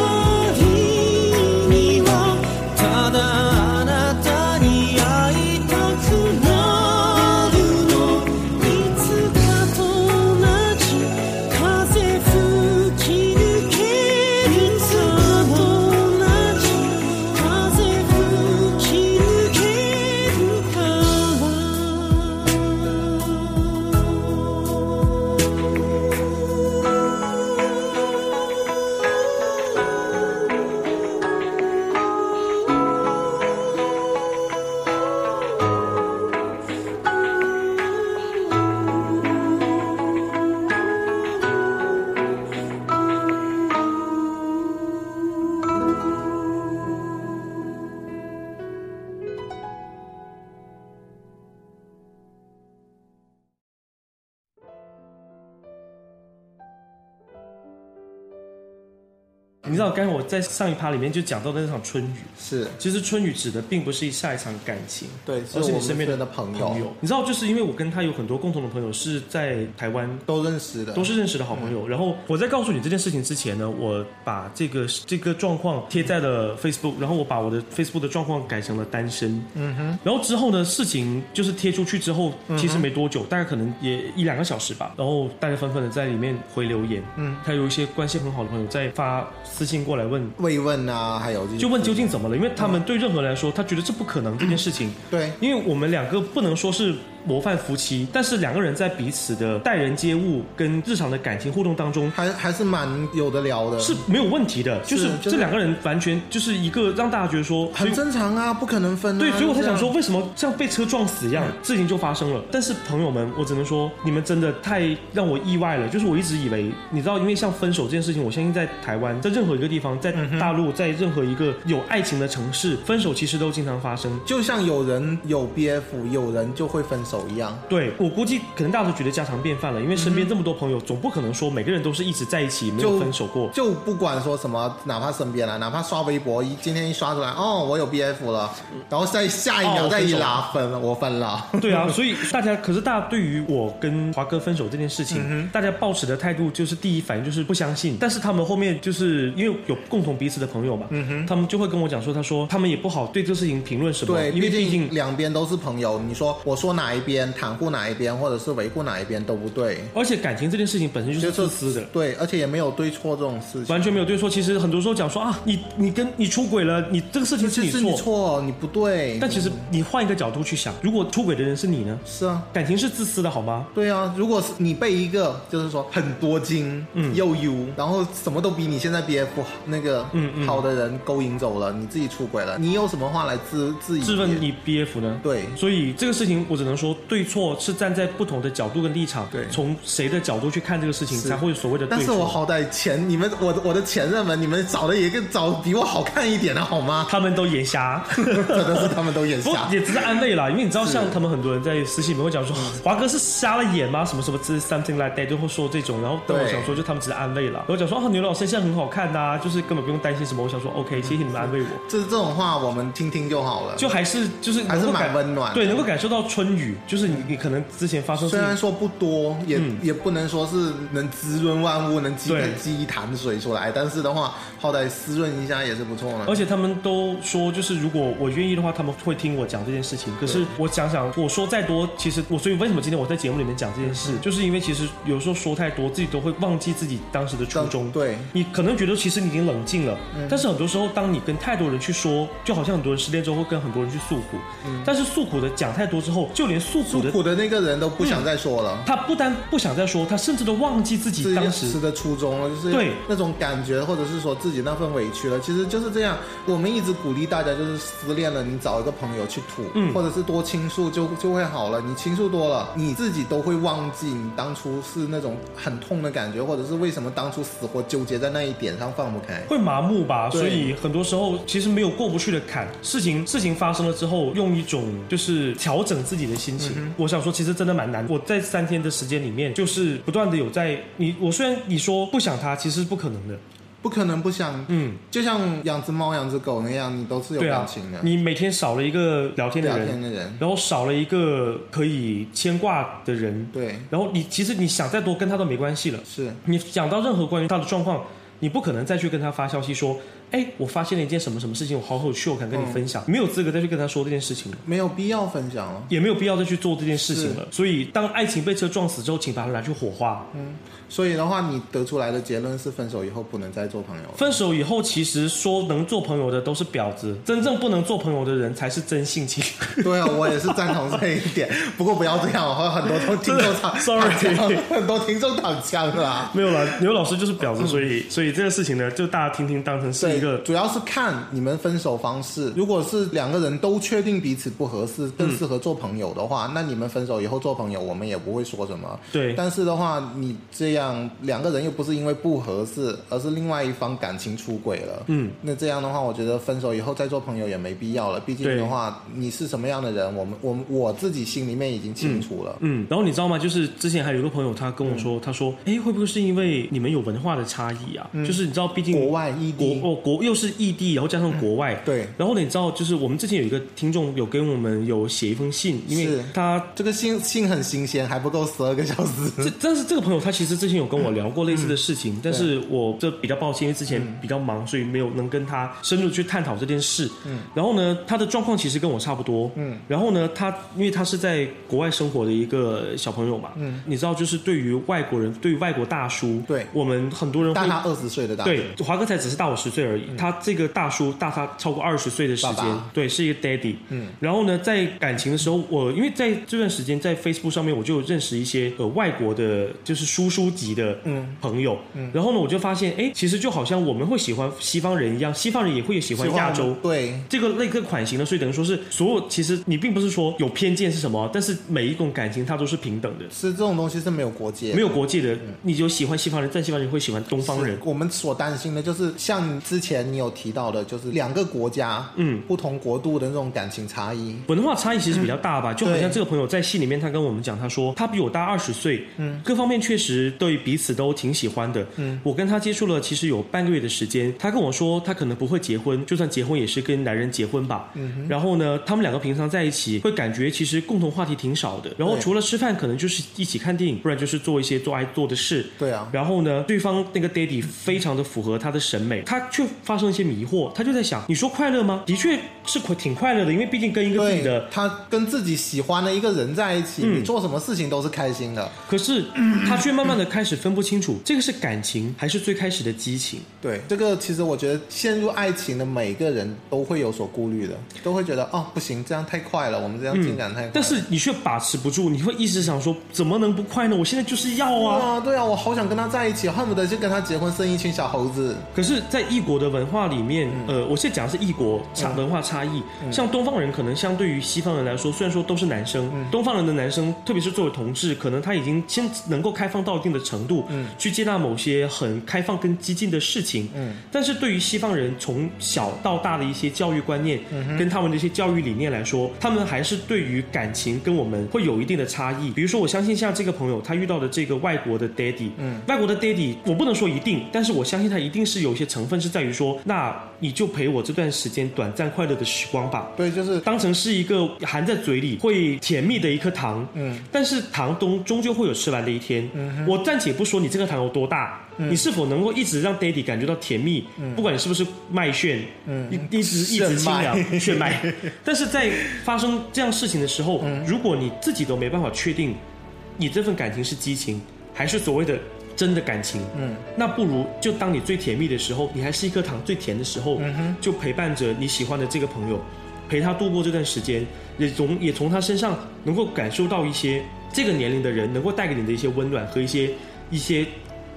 Speaker 1: 你知道，刚才我在上一趴里面就讲到的那场春雨，
Speaker 2: 是
Speaker 1: 其实春雨指的并不是下一场感情，
Speaker 2: 对，
Speaker 1: 而是
Speaker 2: 是我
Speaker 1: 你
Speaker 2: 们
Speaker 1: 身边
Speaker 2: 的朋友
Speaker 1: 你知道，就是因为我跟他有很多共同的朋友是在台湾。
Speaker 2: 都认识的，
Speaker 1: 都是认识的好朋友。然后我在告诉你这件事情之前呢，我把这个这个状况贴在了 Facebook，然后我把我的 Facebook 的状况改成了单身。嗯哼。嗯然后之后呢，事情就是贴出去之后，其实没多久，大概可能也一两个小时吧。然后大家纷纷的在里面回留言。嗯。还有一些关系很好的朋友在发私信过来问，
Speaker 2: 慰问啊，还有
Speaker 1: 就问究竟怎么了，因为他们对任何人来说，他觉得这不可能这件事情。
Speaker 2: 对
Speaker 1: 因为我们两个不能说是模范夫妻，但是两个人在彼此的待人接物跟日常的感情互动当中
Speaker 2: 还还是蛮有的聊的，
Speaker 1: 是没有问题的，就是
Speaker 2: 就是
Speaker 1: 这两个人完全就是一个让大家觉得说所以
Speaker 2: 很正常啊，不可能分、啊。
Speaker 1: 对，所以我才
Speaker 2: 就这
Speaker 1: 想
Speaker 2: 样
Speaker 1: 说，，为什么像被车撞死一样，
Speaker 2: 嗯
Speaker 1: 事情就发生了。但是朋友们，我只能说，你们真的太让我意外了。就是我一直以为，你知道，因为像分手这件事情，我相信在台湾，在任何一个地方，在
Speaker 2: 嗯
Speaker 1: 大陆，在任何一个有爱情的城市，分手其实都经常发生。
Speaker 2: 就像有人有 BF，有人就会分手一样。
Speaker 1: 对我估计，可能大家都觉得家常便饭了，因为身边这么多朋友，总不可能说每个人都是一直在一起没有
Speaker 2: 就
Speaker 1: 分手 过。
Speaker 2: 就不管说什么，哪怕身边了，啊哪怕刷微博，一今天一刷出来，哦，我有 BF 了，然后再下一
Speaker 1: 哦
Speaker 2: 秒
Speaker 1: 我
Speaker 2: 再
Speaker 1: 分
Speaker 2: 一
Speaker 1: 手
Speaker 2: 拉分了，我分了。
Speaker 1: 对啊，所以大家可是大家对于我跟华哥分手这件事情，大家抱持的态度就是第一反应就是不相信，但是他们后面就是因为有共同彼此的朋友嘛，他们就会跟我讲说，他说他们也不好对这事情评论什么，
Speaker 2: 对，
Speaker 1: 因为毕竟
Speaker 2: 竟两边都是朋友，你说我说哪一边袒护哪一边，或者是维护哪一边都不对，
Speaker 1: 而且感情这件事情本身就是自私的。
Speaker 2: 对，而且也没有对错这种事情，
Speaker 1: 完全没有对错，其实很多时候讲说啊，你你跟你出轨了，你这个事情是
Speaker 2: 是
Speaker 1: 你
Speaker 2: 是
Speaker 1: 错，
Speaker 2: 你错，你不对，
Speaker 1: 但其实你换一个角度去想，如果出轨的人是你呢？
Speaker 2: 是啊。
Speaker 1: 感情是自私的好吗？
Speaker 2: 对啊，如果是你被一个就是说很多金、嗯、又 U，然后什么都比你现在 BF 那个
Speaker 1: 嗯嗯
Speaker 2: 好的人勾引走了，你自己出轨了，你有什么话来质质疑？
Speaker 1: 质问你 BF 呢？
Speaker 2: 对
Speaker 1: 所以这个事情我只能说，对错是站在不同的角度跟立场，
Speaker 2: 对
Speaker 1: 从谁的角度去看这个事情，
Speaker 2: 是
Speaker 1: 才会有所谓的对
Speaker 2: 但
Speaker 1: 错。
Speaker 2: 是我好歹前你们我我的前任们，你们找的也个找比我好看一点的好吗？
Speaker 1: 他们都眼瞎，
Speaker 2: 真的是他们都眼
Speaker 1: 不
Speaker 2: 瞎。
Speaker 1: 也只是安慰啦，因为你知道，
Speaker 2: 是嗯
Speaker 1: 像他们很多人在私信里面会讲说，华哥是瞎了眼吗？什么什么之 something like that，就会说这种。然后跟我
Speaker 2: 对
Speaker 1: 想说，就他们只是安慰啦。然后讲说，哦，牛老师现在很好看呐、就是根本不用担心什么。我想说，OK，谢谢哦
Speaker 2: 嗯
Speaker 1: 你们安慰我。
Speaker 2: 就是这种话，我们听听就好了。
Speaker 1: 就还是就是
Speaker 2: 还是
Speaker 1: 能够感
Speaker 2: 蛮温暖的
Speaker 1: 对，能够感受到春雨，就是你你可能之前发生
Speaker 2: 虽
Speaker 1: 事情
Speaker 2: 然说不多，也、也不能说是能滋润万物，能激
Speaker 1: 嗯对
Speaker 2: 激一潭水出来，但是的话，好歹滋润一下也是不错呢
Speaker 1: 而。且他们都说，就是如果我愿意的话，他们会听我讲这件事情。可是我想想，我说再多，其实我所以为什么今天我在节目里面讲这件
Speaker 2: 嗯
Speaker 1: 事，就是因为其实有时候说太多，自己都会忘记自己当时的初衷。
Speaker 2: 但嗯对，嗯
Speaker 1: 你可能觉得其实你已经冷静了，但是很多时候，当你跟太多人去说，就好像很多人失恋之后会跟很多人去诉苦，但是诉苦的讲太多之后，就连诉苦
Speaker 2: 嗯诉
Speaker 1: 的
Speaker 2: 苦的那个人都不想再说了。
Speaker 1: 他不但不想再说，他甚至都忘记自
Speaker 2: 自
Speaker 1: 己
Speaker 2: 己
Speaker 1: 嗯当时
Speaker 2: 的初衷了，就是
Speaker 1: 对
Speaker 2: 那种感觉，或者是说自己那份委屈了，其实就是这样。我们一直鼓励大家，就是失恋了，你找一个朋友去吐，
Speaker 1: 嗯
Speaker 2: 或者是多倾诉就就会好了。你倾诉多了，你自己都会忘记你当初是那种很痛的感觉，或者是为什么当初死活纠结在那一点上放不开。
Speaker 1: 会麻木吧，
Speaker 2: 对
Speaker 1: 所以很多时候其实没有过不去的坎。事情事情发生了之后，用一种就是调整自己的心情。
Speaker 2: 嗯
Speaker 1: 我想说，其实真的蛮难。我在三天的时间里面，就是不断的有在你我虽然你说不想他，其实是不可能的。
Speaker 2: 不可能不想，
Speaker 1: 嗯，
Speaker 2: 就像养只猫、养只狗那样，你都是有
Speaker 1: 对
Speaker 2: 感
Speaker 1: 啊
Speaker 2: 情的，，嗯
Speaker 1: 你每天少了一个聊天
Speaker 2: 聊
Speaker 1: 的
Speaker 2: 天
Speaker 1: 人，
Speaker 2: 的人，
Speaker 1: 然后少了一个可以牵挂的人，
Speaker 2: 对，
Speaker 1: 然后你其实你想再多跟他都没关系了。
Speaker 2: 是。
Speaker 1: 你讲到任何关于他的状况，你不可能再去跟他发消息说，哎，我发现了一件什么什么事情，我好有趣，我想跟你分享，没有资格再去跟他说这件事情了。
Speaker 2: 没有必要分享了。
Speaker 1: 也没有必要再去做这件事情了。所以，当爱情被车撞死之后，请把它拿去火化。
Speaker 2: 所以的话，你得出来的结论是分手以后不能再做朋友了。
Speaker 1: 分手以后，其实说能做朋友的都是婊子，真正不能做朋友的人才是真性情。
Speaker 2: 对啊，我也是赞同这一点。不过不要这样，我有很多都听众躺
Speaker 1: Sorry
Speaker 2: 躺枪 很多听众躺枪了啊。
Speaker 1: 没有啦，牛老师就是婊子，所以所以这个事情呢，就大家听听当成是一一个
Speaker 2: 主要是看你们分手方式。如果是两个人都确定彼此不合
Speaker 1: 嗯
Speaker 2: 适，更适合做朋友的话，那你们分手以后做朋友，我们也不会说什么。
Speaker 1: 对
Speaker 2: 但是的话，你这样两个人又不是因为不合适，而是另外一方感情出轨了。
Speaker 1: 嗯，
Speaker 2: 那这样的话，我觉得分手以后再做朋友也没必要了。毕竟
Speaker 1: 对
Speaker 2: 的话，你是什么样的人，我们我们我自己心里面已经清楚了。
Speaker 1: 嗯，然后你知道吗？就是之前还有一个朋友，他跟我说，他说，哎，会不会是因为你们有文化的差异啊？就是你知道，毕竟
Speaker 2: 国外异
Speaker 1: 国
Speaker 2: 地，嗯
Speaker 1: 哦国又是异地，然后加上国外，
Speaker 2: 对
Speaker 1: 然后呢，你知道，就是我们之前有一个听众有跟我们有写一封信，因为
Speaker 2: 是
Speaker 1: 他
Speaker 2: 这个信信很新鲜，还不够十二个小
Speaker 1: 这
Speaker 2: 时。
Speaker 1: 但是这个朋友他其实之前有跟我聊过类似的事情，
Speaker 2: 嗯
Speaker 1: 但是我这比较抱歉，因为之前比较忙，所以没有能跟他深入去探讨这件事。嗯，然后呢，他的状况其实跟我差不多。嗯，然后呢，他因为他是在国外生活的一个小朋友嘛，嗯，你知道，就是对于外国人，对于外国大叔，
Speaker 2: 对
Speaker 1: 我们很多人
Speaker 2: 大
Speaker 1: 会
Speaker 2: 他二十岁的大
Speaker 1: 对，华哥才只是大我十岁而已。他这个大叔大他超过二十岁的时间，
Speaker 2: 爸爸
Speaker 1: 对，是一个 daddy。
Speaker 2: 嗯，
Speaker 1: 然后呢，在感情的时候，我因为在这段时间在 Facebook 上面，我就认识一些呃外国的，就是叔叔级的朋友。嗯，然后呢，我就发现，哎，其实就好像我们会喜欢西方人一样，西方人也会喜欢亚洲。
Speaker 2: 对
Speaker 1: 这个类个款型呢，所以等于说是所有，其实你并不是说有偏见是什么，但是每一种感情它都是平等的，
Speaker 2: 是这种东西是没有国界，
Speaker 1: 没有国界的。你有喜欢西方人，但西方人会喜欢东方人
Speaker 2: 是。我们所担心的就是，像之前你有提到的，就是两个国家，
Speaker 1: 嗯，
Speaker 2: 不同国度的那种感情差异。
Speaker 1: 文化差异其实比较大吧，就好像
Speaker 2: 嗯对
Speaker 1: 这个朋友在信里面，他跟我们讲，他说他比我大二十岁，嗯，各方面确实对彼此都挺喜欢的，嗯，我跟他接触了其实有半个月的时间，他跟我说他可能不会结婚，就算结婚也是跟男人结婚吧，嗯，然后呢，他们两个平常在一起会感觉其实共同话题挺少的，然后
Speaker 2: 对
Speaker 1: 除了吃饭，可能就是一起看电影，不然就是做一些做爱做的事，
Speaker 2: 对啊，
Speaker 1: 然后呢，对方那个 daddy 非常的符合他的审美，他却发生一些迷惑，他就在想，你说快乐吗？的确是快挺快乐的，因为毕竟跟一个自己的嗯
Speaker 2: 对，他跟自己喜欢的一个人在一起，你做什么事情都是开心的。
Speaker 1: 可是他却慢慢的开始分不清楚， 这个是感情还是最开始的激情？
Speaker 2: 对，这个其实我觉得陷入爱情的每个人都会有所顾虑的，都会觉得哦不行，这样太快了，我们这样进展太快了、
Speaker 1: 但嗯是你却把持不住，你会一直想说，怎么能不快呢？我现在就是要啊！
Speaker 2: 哇，对啊，我好想跟他在一起，恨不得就跟他结婚，生一群小猴子。
Speaker 1: 可是，在异国的文化里面，
Speaker 2: 嗯
Speaker 1: 呃，我现在讲的是异国差文化差异。像东方人可能相对于西方人来说，虽然说都是男生，
Speaker 2: 嗯
Speaker 1: 东方人的男生，特别是作为同志，可能他已经先能够开放到一定的程度，
Speaker 2: 嗯
Speaker 1: 去接纳某些很开放跟激进的事情。
Speaker 2: 嗯
Speaker 1: 但是对于西方人从小到大的一些教育观念，跟他们的一些教育理念来说，他们还是对于感情跟我们会有一定的差异。比如说，我相信像这个朋友，他遇到的这个外国的 daddy，嗯，外国的 daddy，我不能说一定，但是我相信他一定是有一些成分是在于说，那你就陪我这段时间短暂快乐的时光吧。
Speaker 2: 对，就是
Speaker 1: 当成是一个含在嘴里会甜蜜的一颗糖，嗯，但是糖终终究会有吃完的一天。嗯、我暂且不说你这个糖有多大，你是否能够一直让 Daddy 感觉到甜蜜，不管你是不是麦旋，嗯，一一直一直
Speaker 2: 炫
Speaker 1: 清
Speaker 2: 迈
Speaker 1: 凉血脉， 但是在发生这样事情的时候，如果你自己都没办法确定你这份感情是激情，还是所谓的真的感情？嗯，那不如就当你最甜蜜的时候，你还是一颗糖最甜的时候，就陪伴着你喜欢的这个朋友，陪他度过这段时间，也从也从他身上能够感受到一些这个年龄的人能够带给你的一些温暖和一些一些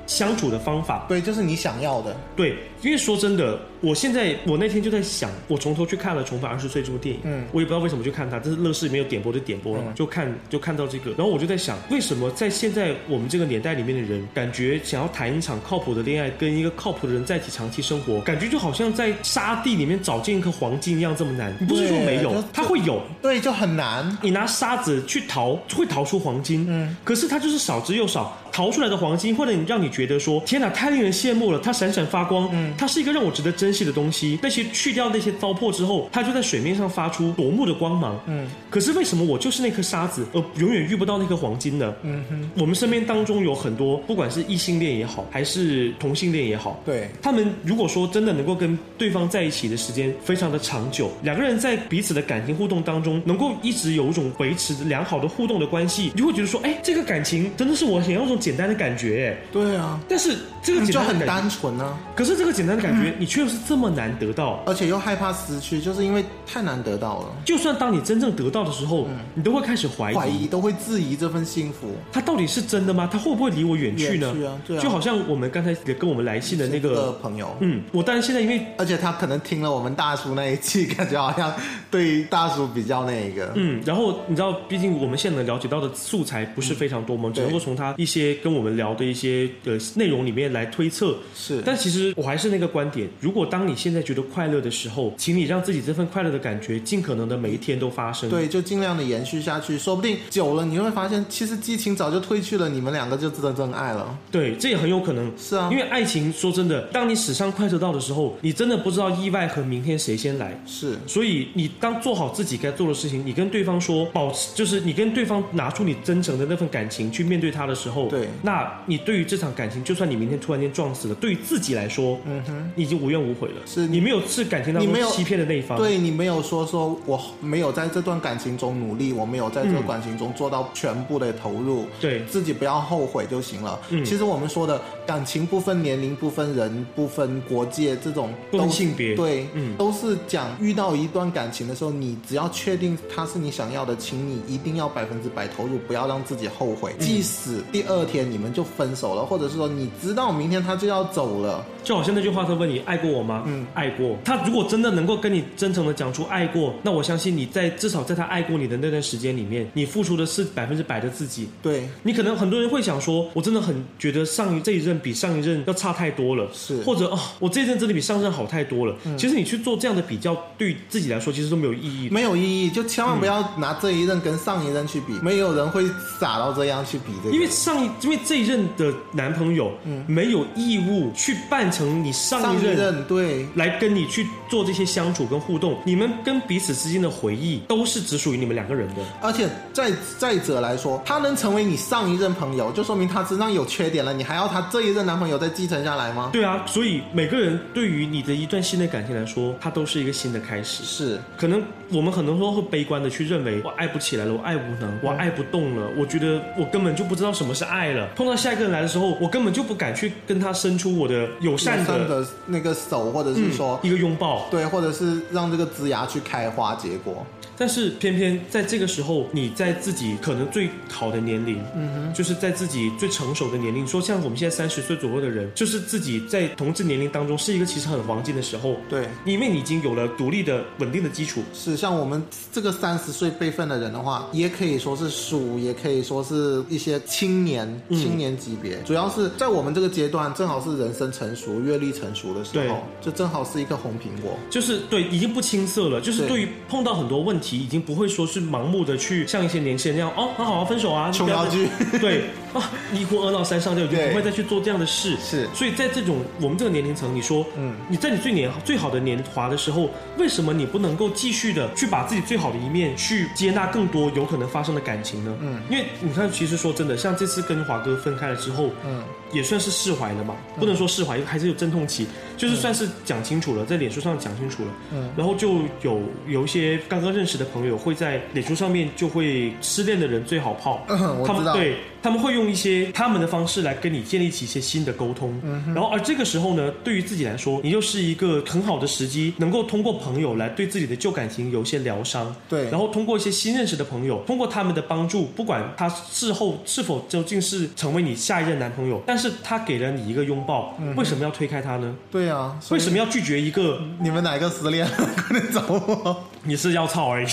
Speaker 1: 相处的方法。
Speaker 2: 对，就是你想要的。
Speaker 1: 对，因为说真的，我现在我那天就在想，我从头去看了《重返二十岁》这部电影，嗯，我也不知道为什么去看它，但是乐视没有点播就点播
Speaker 2: 嗯
Speaker 1: 了嘛，就看就看到这个，然后我就在想，为什么在现在我们这个年代里面的人，感觉想要谈一场靠谱的恋爱，跟一个靠谱的人在一起长期生活，感觉就好像在沙地里面找见一颗黄金一样这么难？你不是说没
Speaker 2: 对
Speaker 1: 有
Speaker 2: 就，
Speaker 1: 它会有。
Speaker 2: 对，就很难。
Speaker 1: 你拿沙子去淘，会淘出黄金，嗯，可是它就是少之又少，淘出来的黄金会让你让你觉得说，天哪，太令人羡慕了，它闪闪发光，嗯，它是一个让我值得珍惜的东西。那些去掉那些糟粕之后，它就在水面上发出夺目的光芒，嗯。可是为什么我就是那颗沙子，而永远遇不到那颗黄金呢？嗯哼，我们身边当中有很多，不管是异性恋也好，还是同性恋也好，
Speaker 2: 对，
Speaker 1: 他们如果说真的能够跟对方在一起的时间非常的长久，两个人在彼此的感情互动当中，能够一直有一种维持良好的互动的关系，你就会觉得说，哎，这个感情真的是我想要那种简单的感觉哎，
Speaker 2: 对啊，
Speaker 1: 但是这 个
Speaker 2: 你
Speaker 1: 简
Speaker 2: 就
Speaker 1: 单
Speaker 2: 很嗯
Speaker 1: 的感
Speaker 2: 单纯啊，
Speaker 1: 觉，可是这个简单的感觉，你却又是这么难得到。
Speaker 2: 而且又害怕失去，就是因为太难得到了，
Speaker 1: 就算当你真正得到的时候，你都会开始怀疑，
Speaker 2: 怀疑都会质疑这份幸福。
Speaker 1: 它到底是真的吗？它会不会离我远去呢？
Speaker 2: 远去啊对啊
Speaker 1: 就好像我们刚才也跟我们来信的那
Speaker 2: 的
Speaker 1: 个，
Speaker 2: 朋友，
Speaker 1: 嗯，我当然现在因为
Speaker 2: 而且他可能听了我们大叔那一期，感觉好像对大叔比较那个，
Speaker 1: 嗯，然后你知道，毕竟我们现在能了解到的素材不
Speaker 2: 嗯
Speaker 1: 是非常多，我们只能够从他一些跟我们聊的一些呃内容里面来推测。
Speaker 2: 是
Speaker 1: 但其实我还是那个观点，如果当你现在觉得快乐的时候，请你让自己这份快乐的感觉尽可能的每一天都发生。，
Speaker 2: 对，就尽量的延续下去，说不定久了你会发现，其实激情早就退去了，你们两个就真的真爱了。
Speaker 1: 对，这也很有可能。
Speaker 2: 是啊
Speaker 1: 因，为爱情，说真的，当你史上快车道的时候，你真的不知道意外和明天谁先来。
Speaker 2: 是
Speaker 1: 所以你当做好自己该做的事情，你跟对方说保持，就是你跟对方拿出你真诚的那份感情去面对他的时候，
Speaker 2: 对嗯
Speaker 1: 那你对于这场感情，就算你明天突然间撞死了，对于自己来说，嗯哼，你已经无怨无悔了，
Speaker 2: 是
Speaker 1: 你没有是感情当
Speaker 2: 你没有
Speaker 1: 中欺骗的那一方，，
Speaker 2: 对你没有说说我没有在这段感情中努力，我没有在
Speaker 1: 嗯
Speaker 2: 这段感情中做到全部的投入，
Speaker 1: 对
Speaker 2: 自己不要后悔就行了。
Speaker 1: 嗯
Speaker 2: 其实我们说的感情不分年龄、不分人、不分国界，这种
Speaker 1: 不分
Speaker 2: 都是
Speaker 1: 性别
Speaker 2: 对，
Speaker 1: 嗯
Speaker 2: 都是讲遇到一段感情的时候，你只要确定它是你想要的，请你一定要百分之百投入，不要让自己后悔。
Speaker 1: 嗯
Speaker 2: 即使第二天你们就分手了，或者是说你知道明天他就要走了，
Speaker 1: 就好像那句话，他问你爱过我吗？
Speaker 2: 嗯，
Speaker 1: 爱过。他如果真的能够跟你真诚的讲出爱过，那我相信你在至少在他爱过你的那段时间里面，你付出的是百分之百的自己，
Speaker 2: 对，
Speaker 1: 你可能很多人会想说，我真的很觉得上一这一任比上一任要差太多了，
Speaker 2: 是嗯
Speaker 1: 或者哦，我这一任真的比上任好太多了。其实你去做这样的比较，对自己来说其实都没有意义。
Speaker 2: 没有意义，就千万不要拿这一任跟上一任去比，没有人会傻到这样去比这个。
Speaker 1: 因为上一，因为这一任的男朋友，没有义务去扮成你上
Speaker 2: 嗯上
Speaker 1: 一
Speaker 2: 一
Speaker 1: 任
Speaker 2: 任对
Speaker 1: 来跟你去做这些相处跟互动，你们跟彼此之间的回忆都是只属于你们两个人的。
Speaker 2: 而且再再者来说，他能成为你上一任朋友，就说明他身上有缺点了，你还要他这一任男朋友再继承下来吗？
Speaker 1: 对啊，所以每个人对于你的一段新的感情来说，它都是一个新的开始。
Speaker 2: 是，
Speaker 1: 可能我们很多时候会悲观的去认为，我爱不起来了，我爱无能，我爱不动了，我觉得我根本就不知道什么是爱了。碰到下一个人来的时候，我根本就不敢去跟他伸出我的友善的嗯
Speaker 2: 的那个手，或者是说、
Speaker 1: 一个拥抱。
Speaker 2: 对，或者是让这个枝芽去开花结果。
Speaker 1: 但是偏偏在这个时候，你在自己可能最好的年龄，嗯哼，就是在自己最成熟的年龄，说像我们现在三十岁左右的人，就是自己在同志年龄当中是一个其实很黄金的时候，
Speaker 2: 对，
Speaker 1: 因为你已经有了独立的稳定的基础，
Speaker 2: 是像我们这个三十岁辈分的人的话，也可以说是叔，也可以说是一些青年、
Speaker 1: 嗯
Speaker 2: 青年级别。主要是在我们这个阶段，正好是人生成熟、阅历成熟的时
Speaker 1: 对
Speaker 2: 候，就正好是一个红苹果。
Speaker 1: 就是对，已经不青涩了。就是
Speaker 2: 对
Speaker 1: 对于碰到很多问题，已经不会说是盲目的去像一些年轻人那样哦，很好啊，分手啊，你
Speaker 2: 琼
Speaker 1: 不要
Speaker 2: 瑶
Speaker 1: 再
Speaker 2: 剧
Speaker 1: 对啊，一哭二闹三上吊，就
Speaker 2: 对
Speaker 1: 不会再去做这样的事。
Speaker 2: 是
Speaker 1: 所以在这种我们这个年龄层，你说，
Speaker 2: 嗯
Speaker 1: 嗯，你在你最年最好的年华的时候，为什么你不能够继续的去把自己最好的一面去接纳更多有可能发生的感情呢？嗯，因为你看，其实说真的，像这次跟华哥分开了之后，
Speaker 2: 嗯，
Speaker 1: 也算是释怀了嘛，不能说释怀，还是有阵痛期，就是算是讲清楚了，在脸书上讲清楚了，
Speaker 2: 嗯，
Speaker 1: 然后就有有一些刚刚认识的朋友会在脸书上面就会失恋的人最好泡，
Speaker 2: 嗯我
Speaker 1: 他
Speaker 2: 知
Speaker 1: 们
Speaker 2: 道
Speaker 1: 对他们会用一些他们的方式来跟你建立起一些新的沟通，
Speaker 2: 嗯
Speaker 1: 然后而这个时候呢，对于自己来说，你又是一个很好的时机，能够通过朋友来对自己的旧感情有一些疗伤，
Speaker 2: 对
Speaker 1: 然后通过一些新认识的朋友，通过他们的帮助，不管他事后是否究竟是成为你下一任男朋友，但是他给了你一个拥抱，为什么要推开他呢？
Speaker 2: 嗯对啊，所
Speaker 1: 为
Speaker 2: 以
Speaker 1: 什么要拒绝一个
Speaker 2: 你们哪一个失恋了？ 快点找我。
Speaker 1: 你是要操 而已？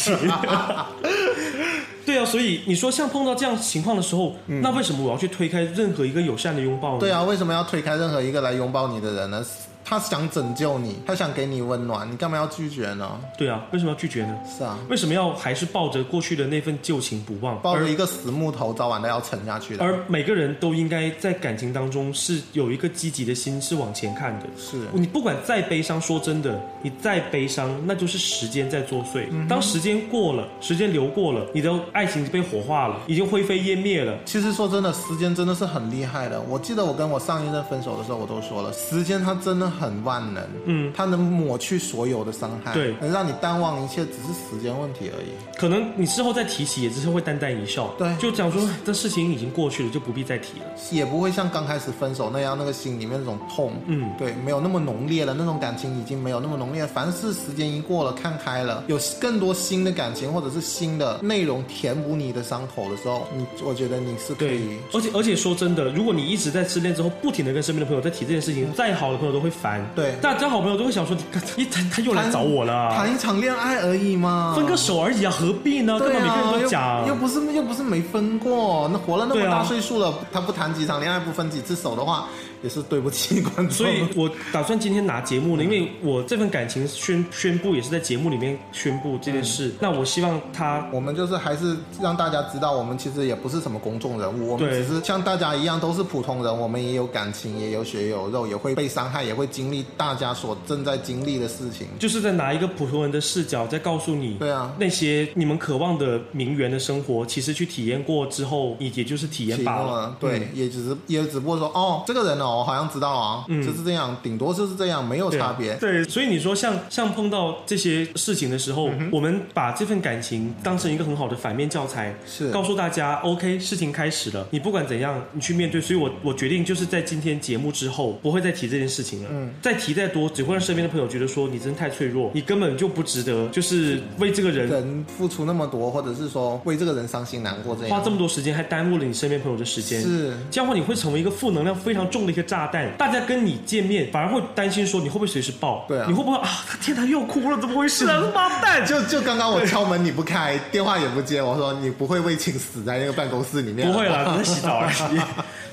Speaker 1: 对啊，所以你说像碰到这样情况的时候，那为什么我要去推开任何一个友善的拥抱呢？
Speaker 2: 嗯对啊，为什么要推开任何一个来拥抱你的人呢？他想拯救你，他想给你温暖，你干嘛要拒绝呢？
Speaker 1: 对啊，为什么要拒绝呢？
Speaker 2: 是啊，
Speaker 1: 为什么要还是抱着过去的那份旧情不忘？
Speaker 2: 抱着一个死木头，早晚都要沉下去的。
Speaker 1: 而每个人都应该在感情当中是有一个积极的心，是往前看的。
Speaker 2: 是
Speaker 1: 你不管再悲伤，说真的，你再悲伤，那就是时间在作祟。
Speaker 2: 嗯
Speaker 1: 当时间过了，时间流过了，你的爱情被火化了，已经灰飞烟灭了。
Speaker 2: 其实说真的，时间真的是很厉害的。我记得我跟我上一任分手的时候，我都说了，时间它真的很万能，
Speaker 1: 嗯，
Speaker 2: 它能抹去所有的伤害，
Speaker 1: 对
Speaker 2: 能让你淡忘一切，只是时间问题而已。
Speaker 1: 可能你事后再提起，也只是会淡淡一笑，
Speaker 2: 对
Speaker 1: 就讲说哎这事情已经过去了，就不必再提了。
Speaker 2: 也不会像刚开始分手那样，那个心里面那种痛，
Speaker 1: 嗯
Speaker 2: 对，没有那么浓烈了，那种感情已经没有那么浓烈了。凡是时间一过了，看开了，有更多新的感情或者是新的内容填补你的伤口的时候，你我觉得你是可
Speaker 1: 对
Speaker 2: 以，
Speaker 1: 而且而且说真的，如果你一直在失恋之后，不停的跟身边的朋友在提这件事情，再好的朋友都会烦。
Speaker 2: 嗯对
Speaker 1: 大家好朋友都会想说，你他他又来
Speaker 2: 谈
Speaker 1: 找我了啊，
Speaker 2: 谈一场恋爱而已嘛，
Speaker 1: 分个手而已啊，何必呢？干嘛
Speaker 2: 对啊，
Speaker 1: 每个人都讲？
Speaker 2: 又又不是又不是没分过，那活了那么
Speaker 1: 对啊
Speaker 2: 大岁数了，他不谈几场恋爱，不分几次手的话，也是对不起观众。
Speaker 1: 所以我打算今天拿节目呢，因为我这份感情宣宣布也是在节目里面宣布这件
Speaker 2: 嗯
Speaker 1: 事。那我希望他
Speaker 2: 我们就是还是让大家知道，我们其实也不是什么公众人物，我们
Speaker 1: 对
Speaker 2: 只是像大家一样都是普通人，我们也有感情，也有血也有肉，也会被伤害，也会经历大家所正在经历的事情。
Speaker 1: 就是在拿一个普通人的视角，在告诉你
Speaker 2: 对啊，
Speaker 1: 那些你们渴望的名媛的生活，其实去体验过之后，你也就是体验
Speaker 2: 行
Speaker 1: 罢了。嗯
Speaker 2: 了，啊对，也只是也只不过说，哦，这个人哦，我好像知道啊，就是这样，顶多就是这样，没有
Speaker 1: 嗯对啊
Speaker 2: 差别。
Speaker 1: 对，所以你说像像碰到这些事情的时候，
Speaker 2: 嗯
Speaker 1: 我们把这份感情当成一个很好的反面教材，
Speaker 2: 是
Speaker 1: 告诉大家，OK，事情开始了，你不管怎样，你去面对。所以我我决定就是在今天节目之后，不会再提这件事情了。嗯，再提再多，只会让身边的朋友觉得说你真的太脆弱，你根本就不值得，就是为这个人。
Speaker 2: 人付出那么多，或者是说为这个人伤心难过这
Speaker 1: 花
Speaker 2: 样，
Speaker 1: 这么多时间，还耽误了你身边朋友的时间，
Speaker 2: 是
Speaker 1: 这样的话，你会成为一个负能量非常重的一个炸弹。大家跟你见面，反而会担心说你会不会随时爆，
Speaker 2: 对啊
Speaker 1: 你会不会啊？他天，他又哭了，怎么回事啊？妈蛋！
Speaker 2: 就就刚刚我敲门你不开，电话也不接，我说你不会为情死在那个办公室里面？
Speaker 1: 不会啦，只是洗澡而已。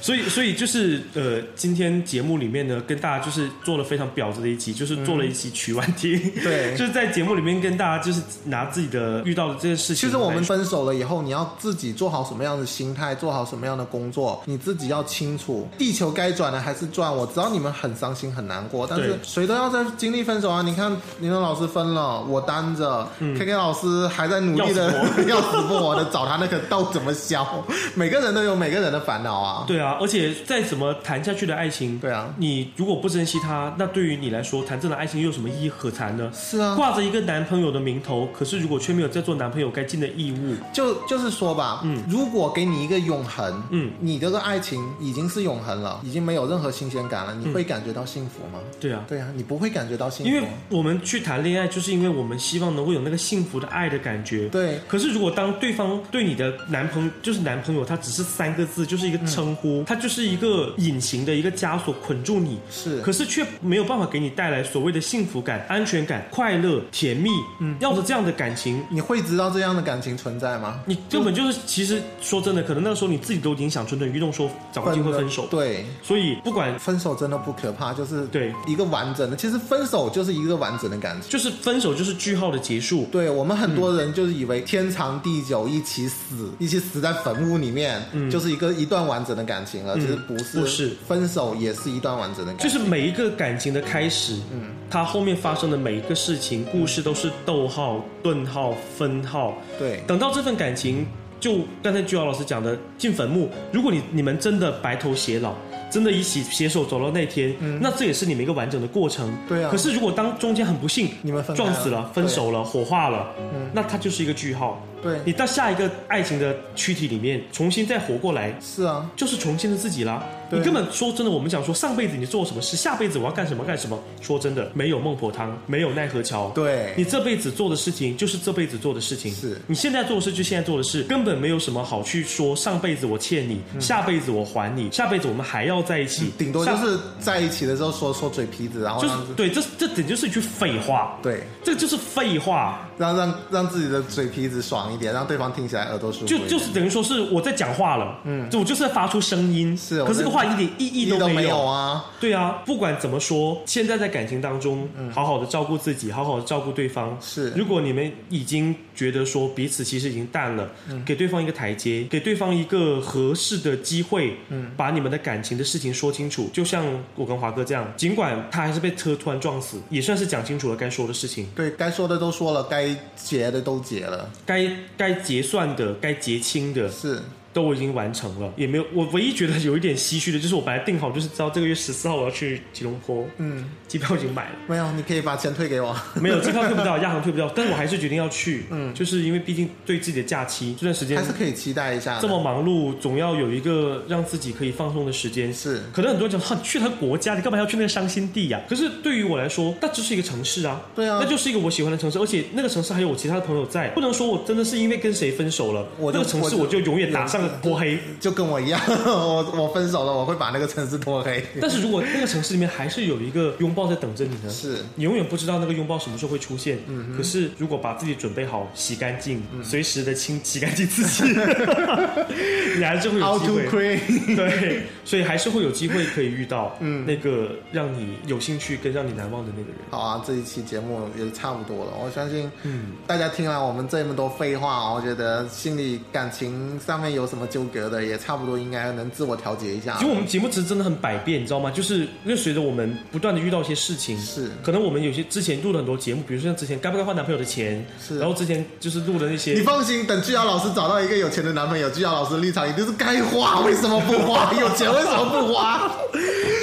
Speaker 1: 所以，所以就是呃，今天节目里面呢，跟大家就是做了非常婊子的一集，就是做了一期曲婉婷，
Speaker 2: 嗯 对
Speaker 1: 就是在节目里面跟大家就是拿自己的遇到的这些事情
Speaker 2: 其
Speaker 1: 来
Speaker 2: 实
Speaker 1: 说。
Speaker 2: 我们分手了以后，你要自己做好什么样的心态，做好什么样的工作，你自己要清楚。地球该转的还是转。我知道你们很伤心很难过，但是
Speaker 1: 对
Speaker 2: 谁都要在经历分手啊！你看林东老师分了，我单着、k K 老师还在努力的 要死不活的找他那个道怎么消。每个人都有每个人的烦恼啊。
Speaker 1: 对啊，而且再怎么谈下去的爱情，
Speaker 2: 对啊
Speaker 1: 你如果不珍惜它，那对于你来说，谈这种爱情又有什么意义可谈呢？
Speaker 2: 是啊，
Speaker 1: 挂着一个男朋友的名头，可是如果却没有在做男朋友该尽的义务，
Speaker 2: 就就是说吧，嗯，如果给你一个永恒，
Speaker 1: 嗯，
Speaker 2: 你这个爱情已经是永恒了，已经没有任何新鲜感了，你会感觉到幸福吗？
Speaker 1: 对啊，
Speaker 2: 对啊，你不会感觉到幸
Speaker 1: 因为
Speaker 2: 福。
Speaker 1: 我们去谈恋爱，就是因为我们希望能够有那个幸福的爱的感觉。
Speaker 2: 对
Speaker 1: 可是如果当对方对你的男朋就是男朋友，他只是三个字，就是一个称呼，他就是一个隐形的一个枷锁捆住你。
Speaker 2: 是
Speaker 1: 可是却没有办法给你带来所谓的幸福感、安全感、快乐、甜蜜。嗯，要着这样的感情，
Speaker 2: 你会知道这样的感情存在吗？
Speaker 1: 你根本就是其实说真的，可能那个时候你自己都已经想蠢蠢欲动，说找个机会分手。，
Speaker 2: 对。
Speaker 1: 所以不管
Speaker 2: 分手真的不可怕，就是
Speaker 1: 对
Speaker 2: 一个完整的。其实分手就是一个完整的感情。
Speaker 1: 就是分手就是句号的结束。
Speaker 2: 对我们很多人就是以为天长地久，一起死，一起死在坟墓里面，就是一个一段完整的感情了。其实不是，
Speaker 1: 嗯不是
Speaker 2: 分手也是一段完整的感情。
Speaker 1: 就是每一个感情的开始，嗯，它后面发生的每一个事情、故事都是逗号、顿号、分号。
Speaker 2: 对，
Speaker 1: 等到这份感情，就刚才居瑶老师讲的进坟墓，如果你你们真的白头偕老，真的一起携手走到那天，那这也是你们一个完整的过程。
Speaker 2: 嗯对啊
Speaker 1: 可是如果当中间很不幸，
Speaker 2: 你们分开
Speaker 1: 撞死了、分
Speaker 2: 对嗯
Speaker 1: 手了、火化了，那它就是一个句号。
Speaker 2: 对
Speaker 1: 你到下一个爱情的躯体里面重新再活过来，
Speaker 2: 是啊，
Speaker 1: 就是重新的自己啦。
Speaker 2: 对
Speaker 1: 你根本说真的，我们讲说上辈子你做了什么事，下辈子我要干什么干什么。说真的，没有孟婆汤，没有奈何桥。
Speaker 2: 对
Speaker 1: 你这辈子做的事情就是这辈子做的事情，
Speaker 2: 是
Speaker 1: 你现在做的事就现在做的事，根本没有什么好去说上辈子我欠你，下辈子我还你，下辈子我们还要在一起，
Speaker 2: 嗯顶多就
Speaker 1: 上
Speaker 2: 是在一起的时候说说嘴皮子，然后
Speaker 1: 就是
Speaker 2: 让自
Speaker 1: 对，这这简直就是一句废话，
Speaker 2: 对，
Speaker 1: 这就是废话，
Speaker 2: 让让让自己的嘴皮子爽一点，让对方听起来耳朵舒服一
Speaker 1: 就
Speaker 2: 点。
Speaker 1: 就是等于说是我在讲话了，嗯，就我就是在发出声音，
Speaker 2: 是啊我
Speaker 1: 可是这个
Speaker 2: 在
Speaker 1: 话一点意义
Speaker 2: 一都
Speaker 1: 没
Speaker 2: 没有啊，
Speaker 1: 对啊，不管怎么说，现在在感情当中，好好的照顾自己，好好的照顾对方。
Speaker 2: 嗯是
Speaker 1: 如果你们已经觉得说彼此其实已经淡了，
Speaker 2: 嗯
Speaker 1: 给对方一个台阶，给对方一个合适的机会，
Speaker 2: 嗯
Speaker 1: 把你们的感情的事情说清楚。就像我跟华哥这样，尽管他还是被车突然撞死，也算是讲清楚了该说的事情，
Speaker 2: 对该说的都说了，该结的都结了，
Speaker 1: 该该结算的，该结清的，
Speaker 2: 是
Speaker 1: 都已经完成了，也没有。我唯一觉得有一点唏嘘的就是，我本来定好就是知道这个月十四号我要去吉隆坡，
Speaker 2: 嗯，
Speaker 1: 机票已经买了。
Speaker 2: 没有，你可以把钱退 给我。
Speaker 1: 没有机票退不到，亚航退不到，但我还是决定要去，嗯，就是因为毕竟对自己的假期这段时间
Speaker 2: 还是可以期待一下的。
Speaker 1: 这么忙碌，总要有一个让自己可以放松的时间。
Speaker 2: 是
Speaker 1: 可能很多人讲，哼，去他国家，你干嘛要去那个伤心地呀、可是对于我来说，那就是一个城市啊，
Speaker 2: 对啊
Speaker 1: 那就是一个我喜欢的城市，而且那个城市还有我其他的朋友在，不能说我真的是因为跟谁分手了，
Speaker 2: 我就
Speaker 1: 那个城市
Speaker 2: 我
Speaker 1: 我就永远打上了拖黑。
Speaker 2: 就跟我一样， 我我分手了，我会把那个城市拖黑。
Speaker 1: 但是如果那个城市里面还是有一个拥抱在等着你呢？
Speaker 2: 是，
Speaker 1: 你永远不知道那个拥抱什么时候会出现。
Speaker 2: 嗯
Speaker 1: 可是如果把自己准备好，洗干净，随时的清 洗干净自己，你还是会
Speaker 2: How
Speaker 1: 有机
Speaker 2: to
Speaker 1: 会。
Speaker 2: create？
Speaker 1: 对，所以还是会有机会可以遇到那个让你有兴趣跟让你难忘的那个人。
Speaker 2: 好嗯啊，这一期节目也差不多了，我相信
Speaker 1: 嗯，
Speaker 2: 大家听完我们这么多废话，我觉得心理感情上面有什么纠葛的，也差不多应该能自我调节一下。
Speaker 1: 其实我们节目其实真的很百变，你知道吗？就是因为随着我们不断的遇到一些事情，
Speaker 2: 是
Speaker 1: 可能我们有些之前录了很多节目，比如说像之前该不该换男朋友的钱，
Speaker 2: 是
Speaker 1: 然后之前就是录的那些
Speaker 2: 你放心，等巨瑶老师找到一个有钱的男朋友，巨瑶老师的立场一定是该花，为什么不花？有钱为什么 不花？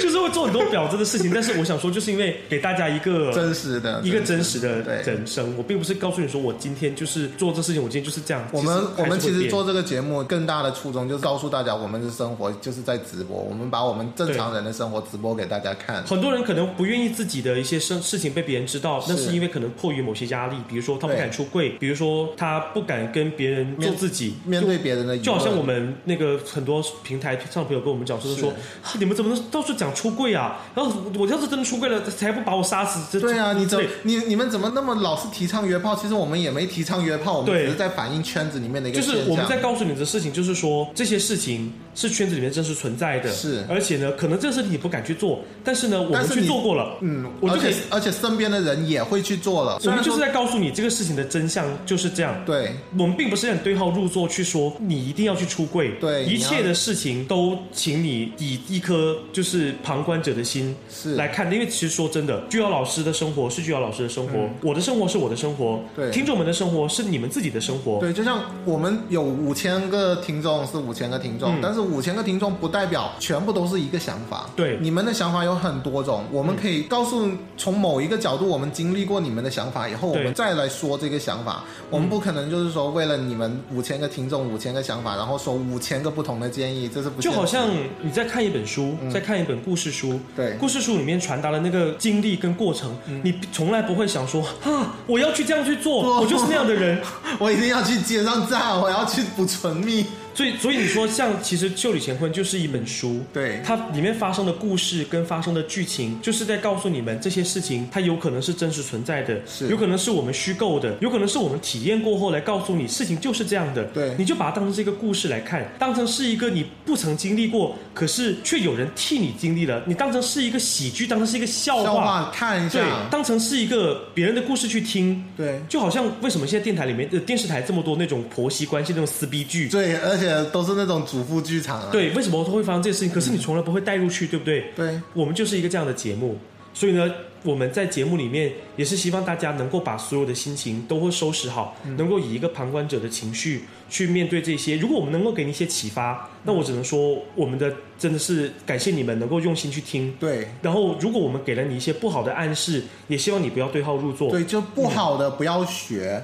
Speaker 1: 就是会做很多婊子的事情，但是我想说，就是因为给大家一个
Speaker 2: 真实的，
Speaker 1: 一个真实的
Speaker 2: 对
Speaker 1: 人生，我并不是告诉你说我今天就是做这事情，我今天就是这样。
Speaker 2: 我们我们
Speaker 1: 还是
Speaker 2: 其
Speaker 1: 会
Speaker 2: 实
Speaker 1: 变
Speaker 2: 做这个节目更大的初衷就是告诉大家，我们的生活就是在直播，我们把我们正常人的生活直播给大家看。
Speaker 1: 很多人可能不愿意自己的一些事事情被别人知道，那
Speaker 2: 是
Speaker 1: 是因为可能迫于某些压力，比如说他不
Speaker 2: 对
Speaker 1: 敢出柜，比如说他不敢跟别人做
Speaker 2: 面
Speaker 1: 自己。
Speaker 2: 面对别人的疑问，
Speaker 1: 就好像我们那个很多平台上的朋友跟我们讲，就是说啊你们怎么能到处讲出柜啊？然后我要是真的出柜了，才不把我杀死？这
Speaker 2: 对啊，你怎
Speaker 1: 对
Speaker 2: 你你们怎么那么老是提倡约炮？其实我们也没提倡约炮，我们
Speaker 1: 对
Speaker 2: 只是在反映圈子里面的一个
Speaker 1: 就
Speaker 2: 现象。
Speaker 1: 是我们在告诉你的事情，就是说这些事情是圈子里面真实存在的，
Speaker 2: 是
Speaker 1: 而且呢，可能这个事情你不敢去做，但是呢，我
Speaker 2: 但
Speaker 1: 们
Speaker 2: 是
Speaker 1: 去
Speaker 2: 你
Speaker 1: 做过了，
Speaker 2: 嗯，
Speaker 1: 我就
Speaker 2: 而
Speaker 1: 可以
Speaker 2: 且，而且身边的人也会去做了。
Speaker 1: 我
Speaker 2: 虽
Speaker 1: 们
Speaker 2: 然
Speaker 1: 就
Speaker 2: 说嗯
Speaker 1: 是在告诉你这个事情的真相就是这样。
Speaker 2: 对
Speaker 1: 我们并不是让你对号入座去说你一定要去出柜，
Speaker 2: 对
Speaker 1: 一
Speaker 2: 你要
Speaker 1: 切的事情都请你以一颗就是旁观者的心
Speaker 2: 是
Speaker 1: 来看，因为其实说真的，巨瑶老师的生活是巨瑶老师的生活，我的生活是我的生活，
Speaker 2: 嗯对
Speaker 1: 听众们的生活是你们自己的生活，
Speaker 2: 对，就像我们有五千个听众是五千个听众，
Speaker 1: 嗯
Speaker 2: 但是五千个听众不代表全部都是一个想法。
Speaker 1: 对嗯
Speaker 2: 你们的想法有很多种，我们可以告诉从某一个角度，我们经历过你们的想法以后，我
Speaker 1: 对嗯
Speaker 2: 们再来说这个想法。我们不可能就是说为了你们五千个听众、五千个想法，然后说五千个不同的建议，这是不
Speaker 1: 就
Speaker 2: 现
Speaker 1: 好
Speaker 2: 实
Speaker 1: 像你在看一本书，在看一本故事书，
Speaker 2: 对嗯
Speaker 1: 故事书里面传达的那个经历跟过程，你从来不会想说啊，我要去这样去做，
Speaker 2: 做
Speaker 1: 我就是那样的人。
Speaker 2: 我一定要去街上站，我要去补唇蜜。
Speaker 1: 所以，所以你说像其实《旧里乾坤》就是一本书，
Speaker 2: 对
Speaker 1: 它里面发生的故事跟发生的剧情，就是在告诉你们这些事情，它有可能是真实存在的，
Speaker 2: 是
Speaker 1: 有可能是我们虚构的，有可能是我们体验过后来告诉你事情就是这样的。
Speaker 2: 对
Speaker 1: 你就把它当成是一个故事来看，当成是一个你不曾经历过，可是却有人替你经历了，你当成是一个喜剧，当成是一个笑话，
Speaker 2: 笑话看一下
Speaker 1: 对，，当成是一个别人的故事去听。
Speaker 2: 对
Speaker 1: 就好像为什么现在电台里面、呃、电视台这么多那种婆媳关系那种撕逼剧，
Speaker 2: 对，而且都是那种主妇剧场啊。
Speaker 1: 对，为什么会发生这些事情？可是你从来不会带入去，对不对？
Speaker 2: 对，
Speaker 1: 我们就是一个这样的节目，所以呢，我们在节目里面也是希望大家能够把所有的心情都会收拾好，能够以一个旁观者的情绪去面对这些。如果我们能够给你一些启发，那我只能说我们的真的是感谢你们能够用心去听。
Speaker 2: 对
Speaker 1: 然后，如果我们给了你一些不好的暗示，也希望你不要对号入座。
Speaker 2: 对，就不好的不要学，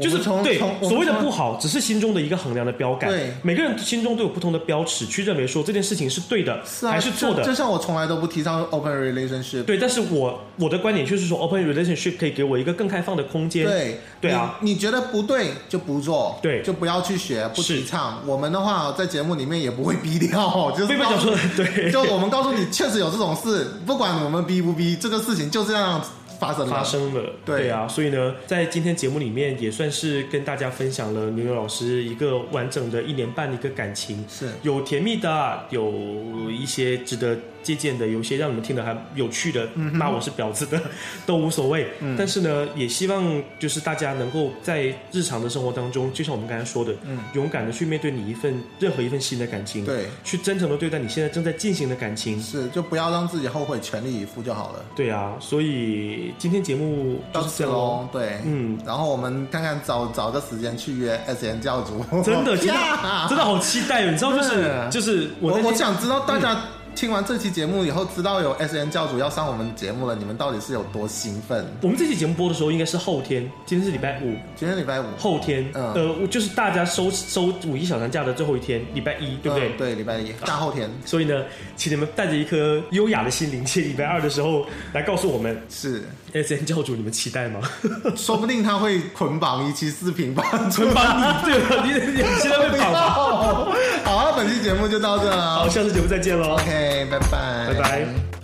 Speaker 1: 就是
Speaker 2: 我们从
Speaker 1: 对
Speaker 2: 从
Speaker 1: 所谓的不
Speaker 2: 好，
Speaker 1: 好，只是心中的一个衡量的标杆。
Speaker 2: 对
Speaker 1: 每个人心中都有不同的标尺，去认为说这件事情是对的
Speaker 2: 是啊，
Speaker 1: 还是错的
Speaker 2: 就。就像我从来都不提倡 open relationship。
Speaker 1: 对，但是我我的观点就是说，open relationship 可以给我一个更开放的空间。
Speaker 2: 对
Speaker 1: 对啊
Speaker 2: 你，你觉得不对就不做，
Speaker 1: 对
Speaker 2: 就不要去学，不
Speaker 1: 是
Speaker 2: 提倡。我们的话在节目里面也不会逼掉， 就是
Speaker 1: 被被
Speaker 2: 告
Speaker 1: 讲说
Speaker 2: 诉
Speaker 1: 的对，
Speaker 2: 就我们告诉你，确实有这种事，不管我们逼不逼，这个事情就这样发生了。
Speaker 1: 发生了，
Speaker 2: 对
Speaker 1: 对啊，所以呢，在今天节目里面也算是跟大家分享了牛牛老师一个完整的一年半的一个感情，啊
Speaker 2: 是
Speaker 1: 有甜蜜的，有一些值得借鉴的，有一些让你们听得还有趣的，
Speaker 2: 嗯
Speaker 1: 骂我是婊子的都无所谓。但是呢，也希望就是大家能够在日常的生活当中，就像我们刚才说的，勇敢的去面对你一份任何一份新的感情，
Speaker 2: 嗯对，
Speaker 1: 去真诚的对待你现在正在进行的感情。
Speaker 2: 是就不要让自己后悔，全力以赴就好了。
Speaker 1: 对啊，所以今天节目就
Speaker 2: 到
Speaker 1: 是这
Speaker 2: 此
Speaker 1: 样喽。
Speaker 2: 喽，对，
Speaker 1: 嗯，
Speaker 2: 然后我们看看找找个时间去约 S N 教主，
Speaker 1: 真的，真的
Speaker 2: 呀，
Speaker 1: 真的好期待哦！你知道，就是
Speaker 2: 啊
Speaker 1: 就
Speaker 2: 对
Speaker 1: 是我
Speaker 2: 我
Speaker 1: 那
Speaker 2: 我
Speaker 1: 天
Speaker 2: 想知道大家听完这期节目以后，知道有 S N 教主要上我们节目了，你们到底是有多兴奋？
Speaker 1: 我们这期节目播的时候应该是后天，今天是礼拜五，
Speaker 2: 今天礼拜五，
Speaker 1: 后天，
Speaker 2: 嗯
Speaker 1: 呃，就是大家收收五一小长假的最后一天，礼拜一，对不对？
Speaker 2: 嗯对，礼拜一大后天
Speaker 1: 所以呢，请你们带着一颗优雅的心灵，借礼拜二的时候来告诉我们
Speaker 2: 是，
Speaker 1: ，S N 教主，你们期待 吗？
Speaker 2: 说不定他会捆绑一期视频吧，
Speaker 1: 捆绑你，对吧？你你你现在被
Speaker 2: 不
Speaker 1: 绑
Speaker 2: 要
Speaker 1: 吗？
Speaker 2: 好，本期节目就到这了
Speaker 1: 好，下次节目再见喽，
Speaker 2: ，OK，拜
Speaker 1: 拜
Speaker 2: 拜，
Speaker 1: 拜。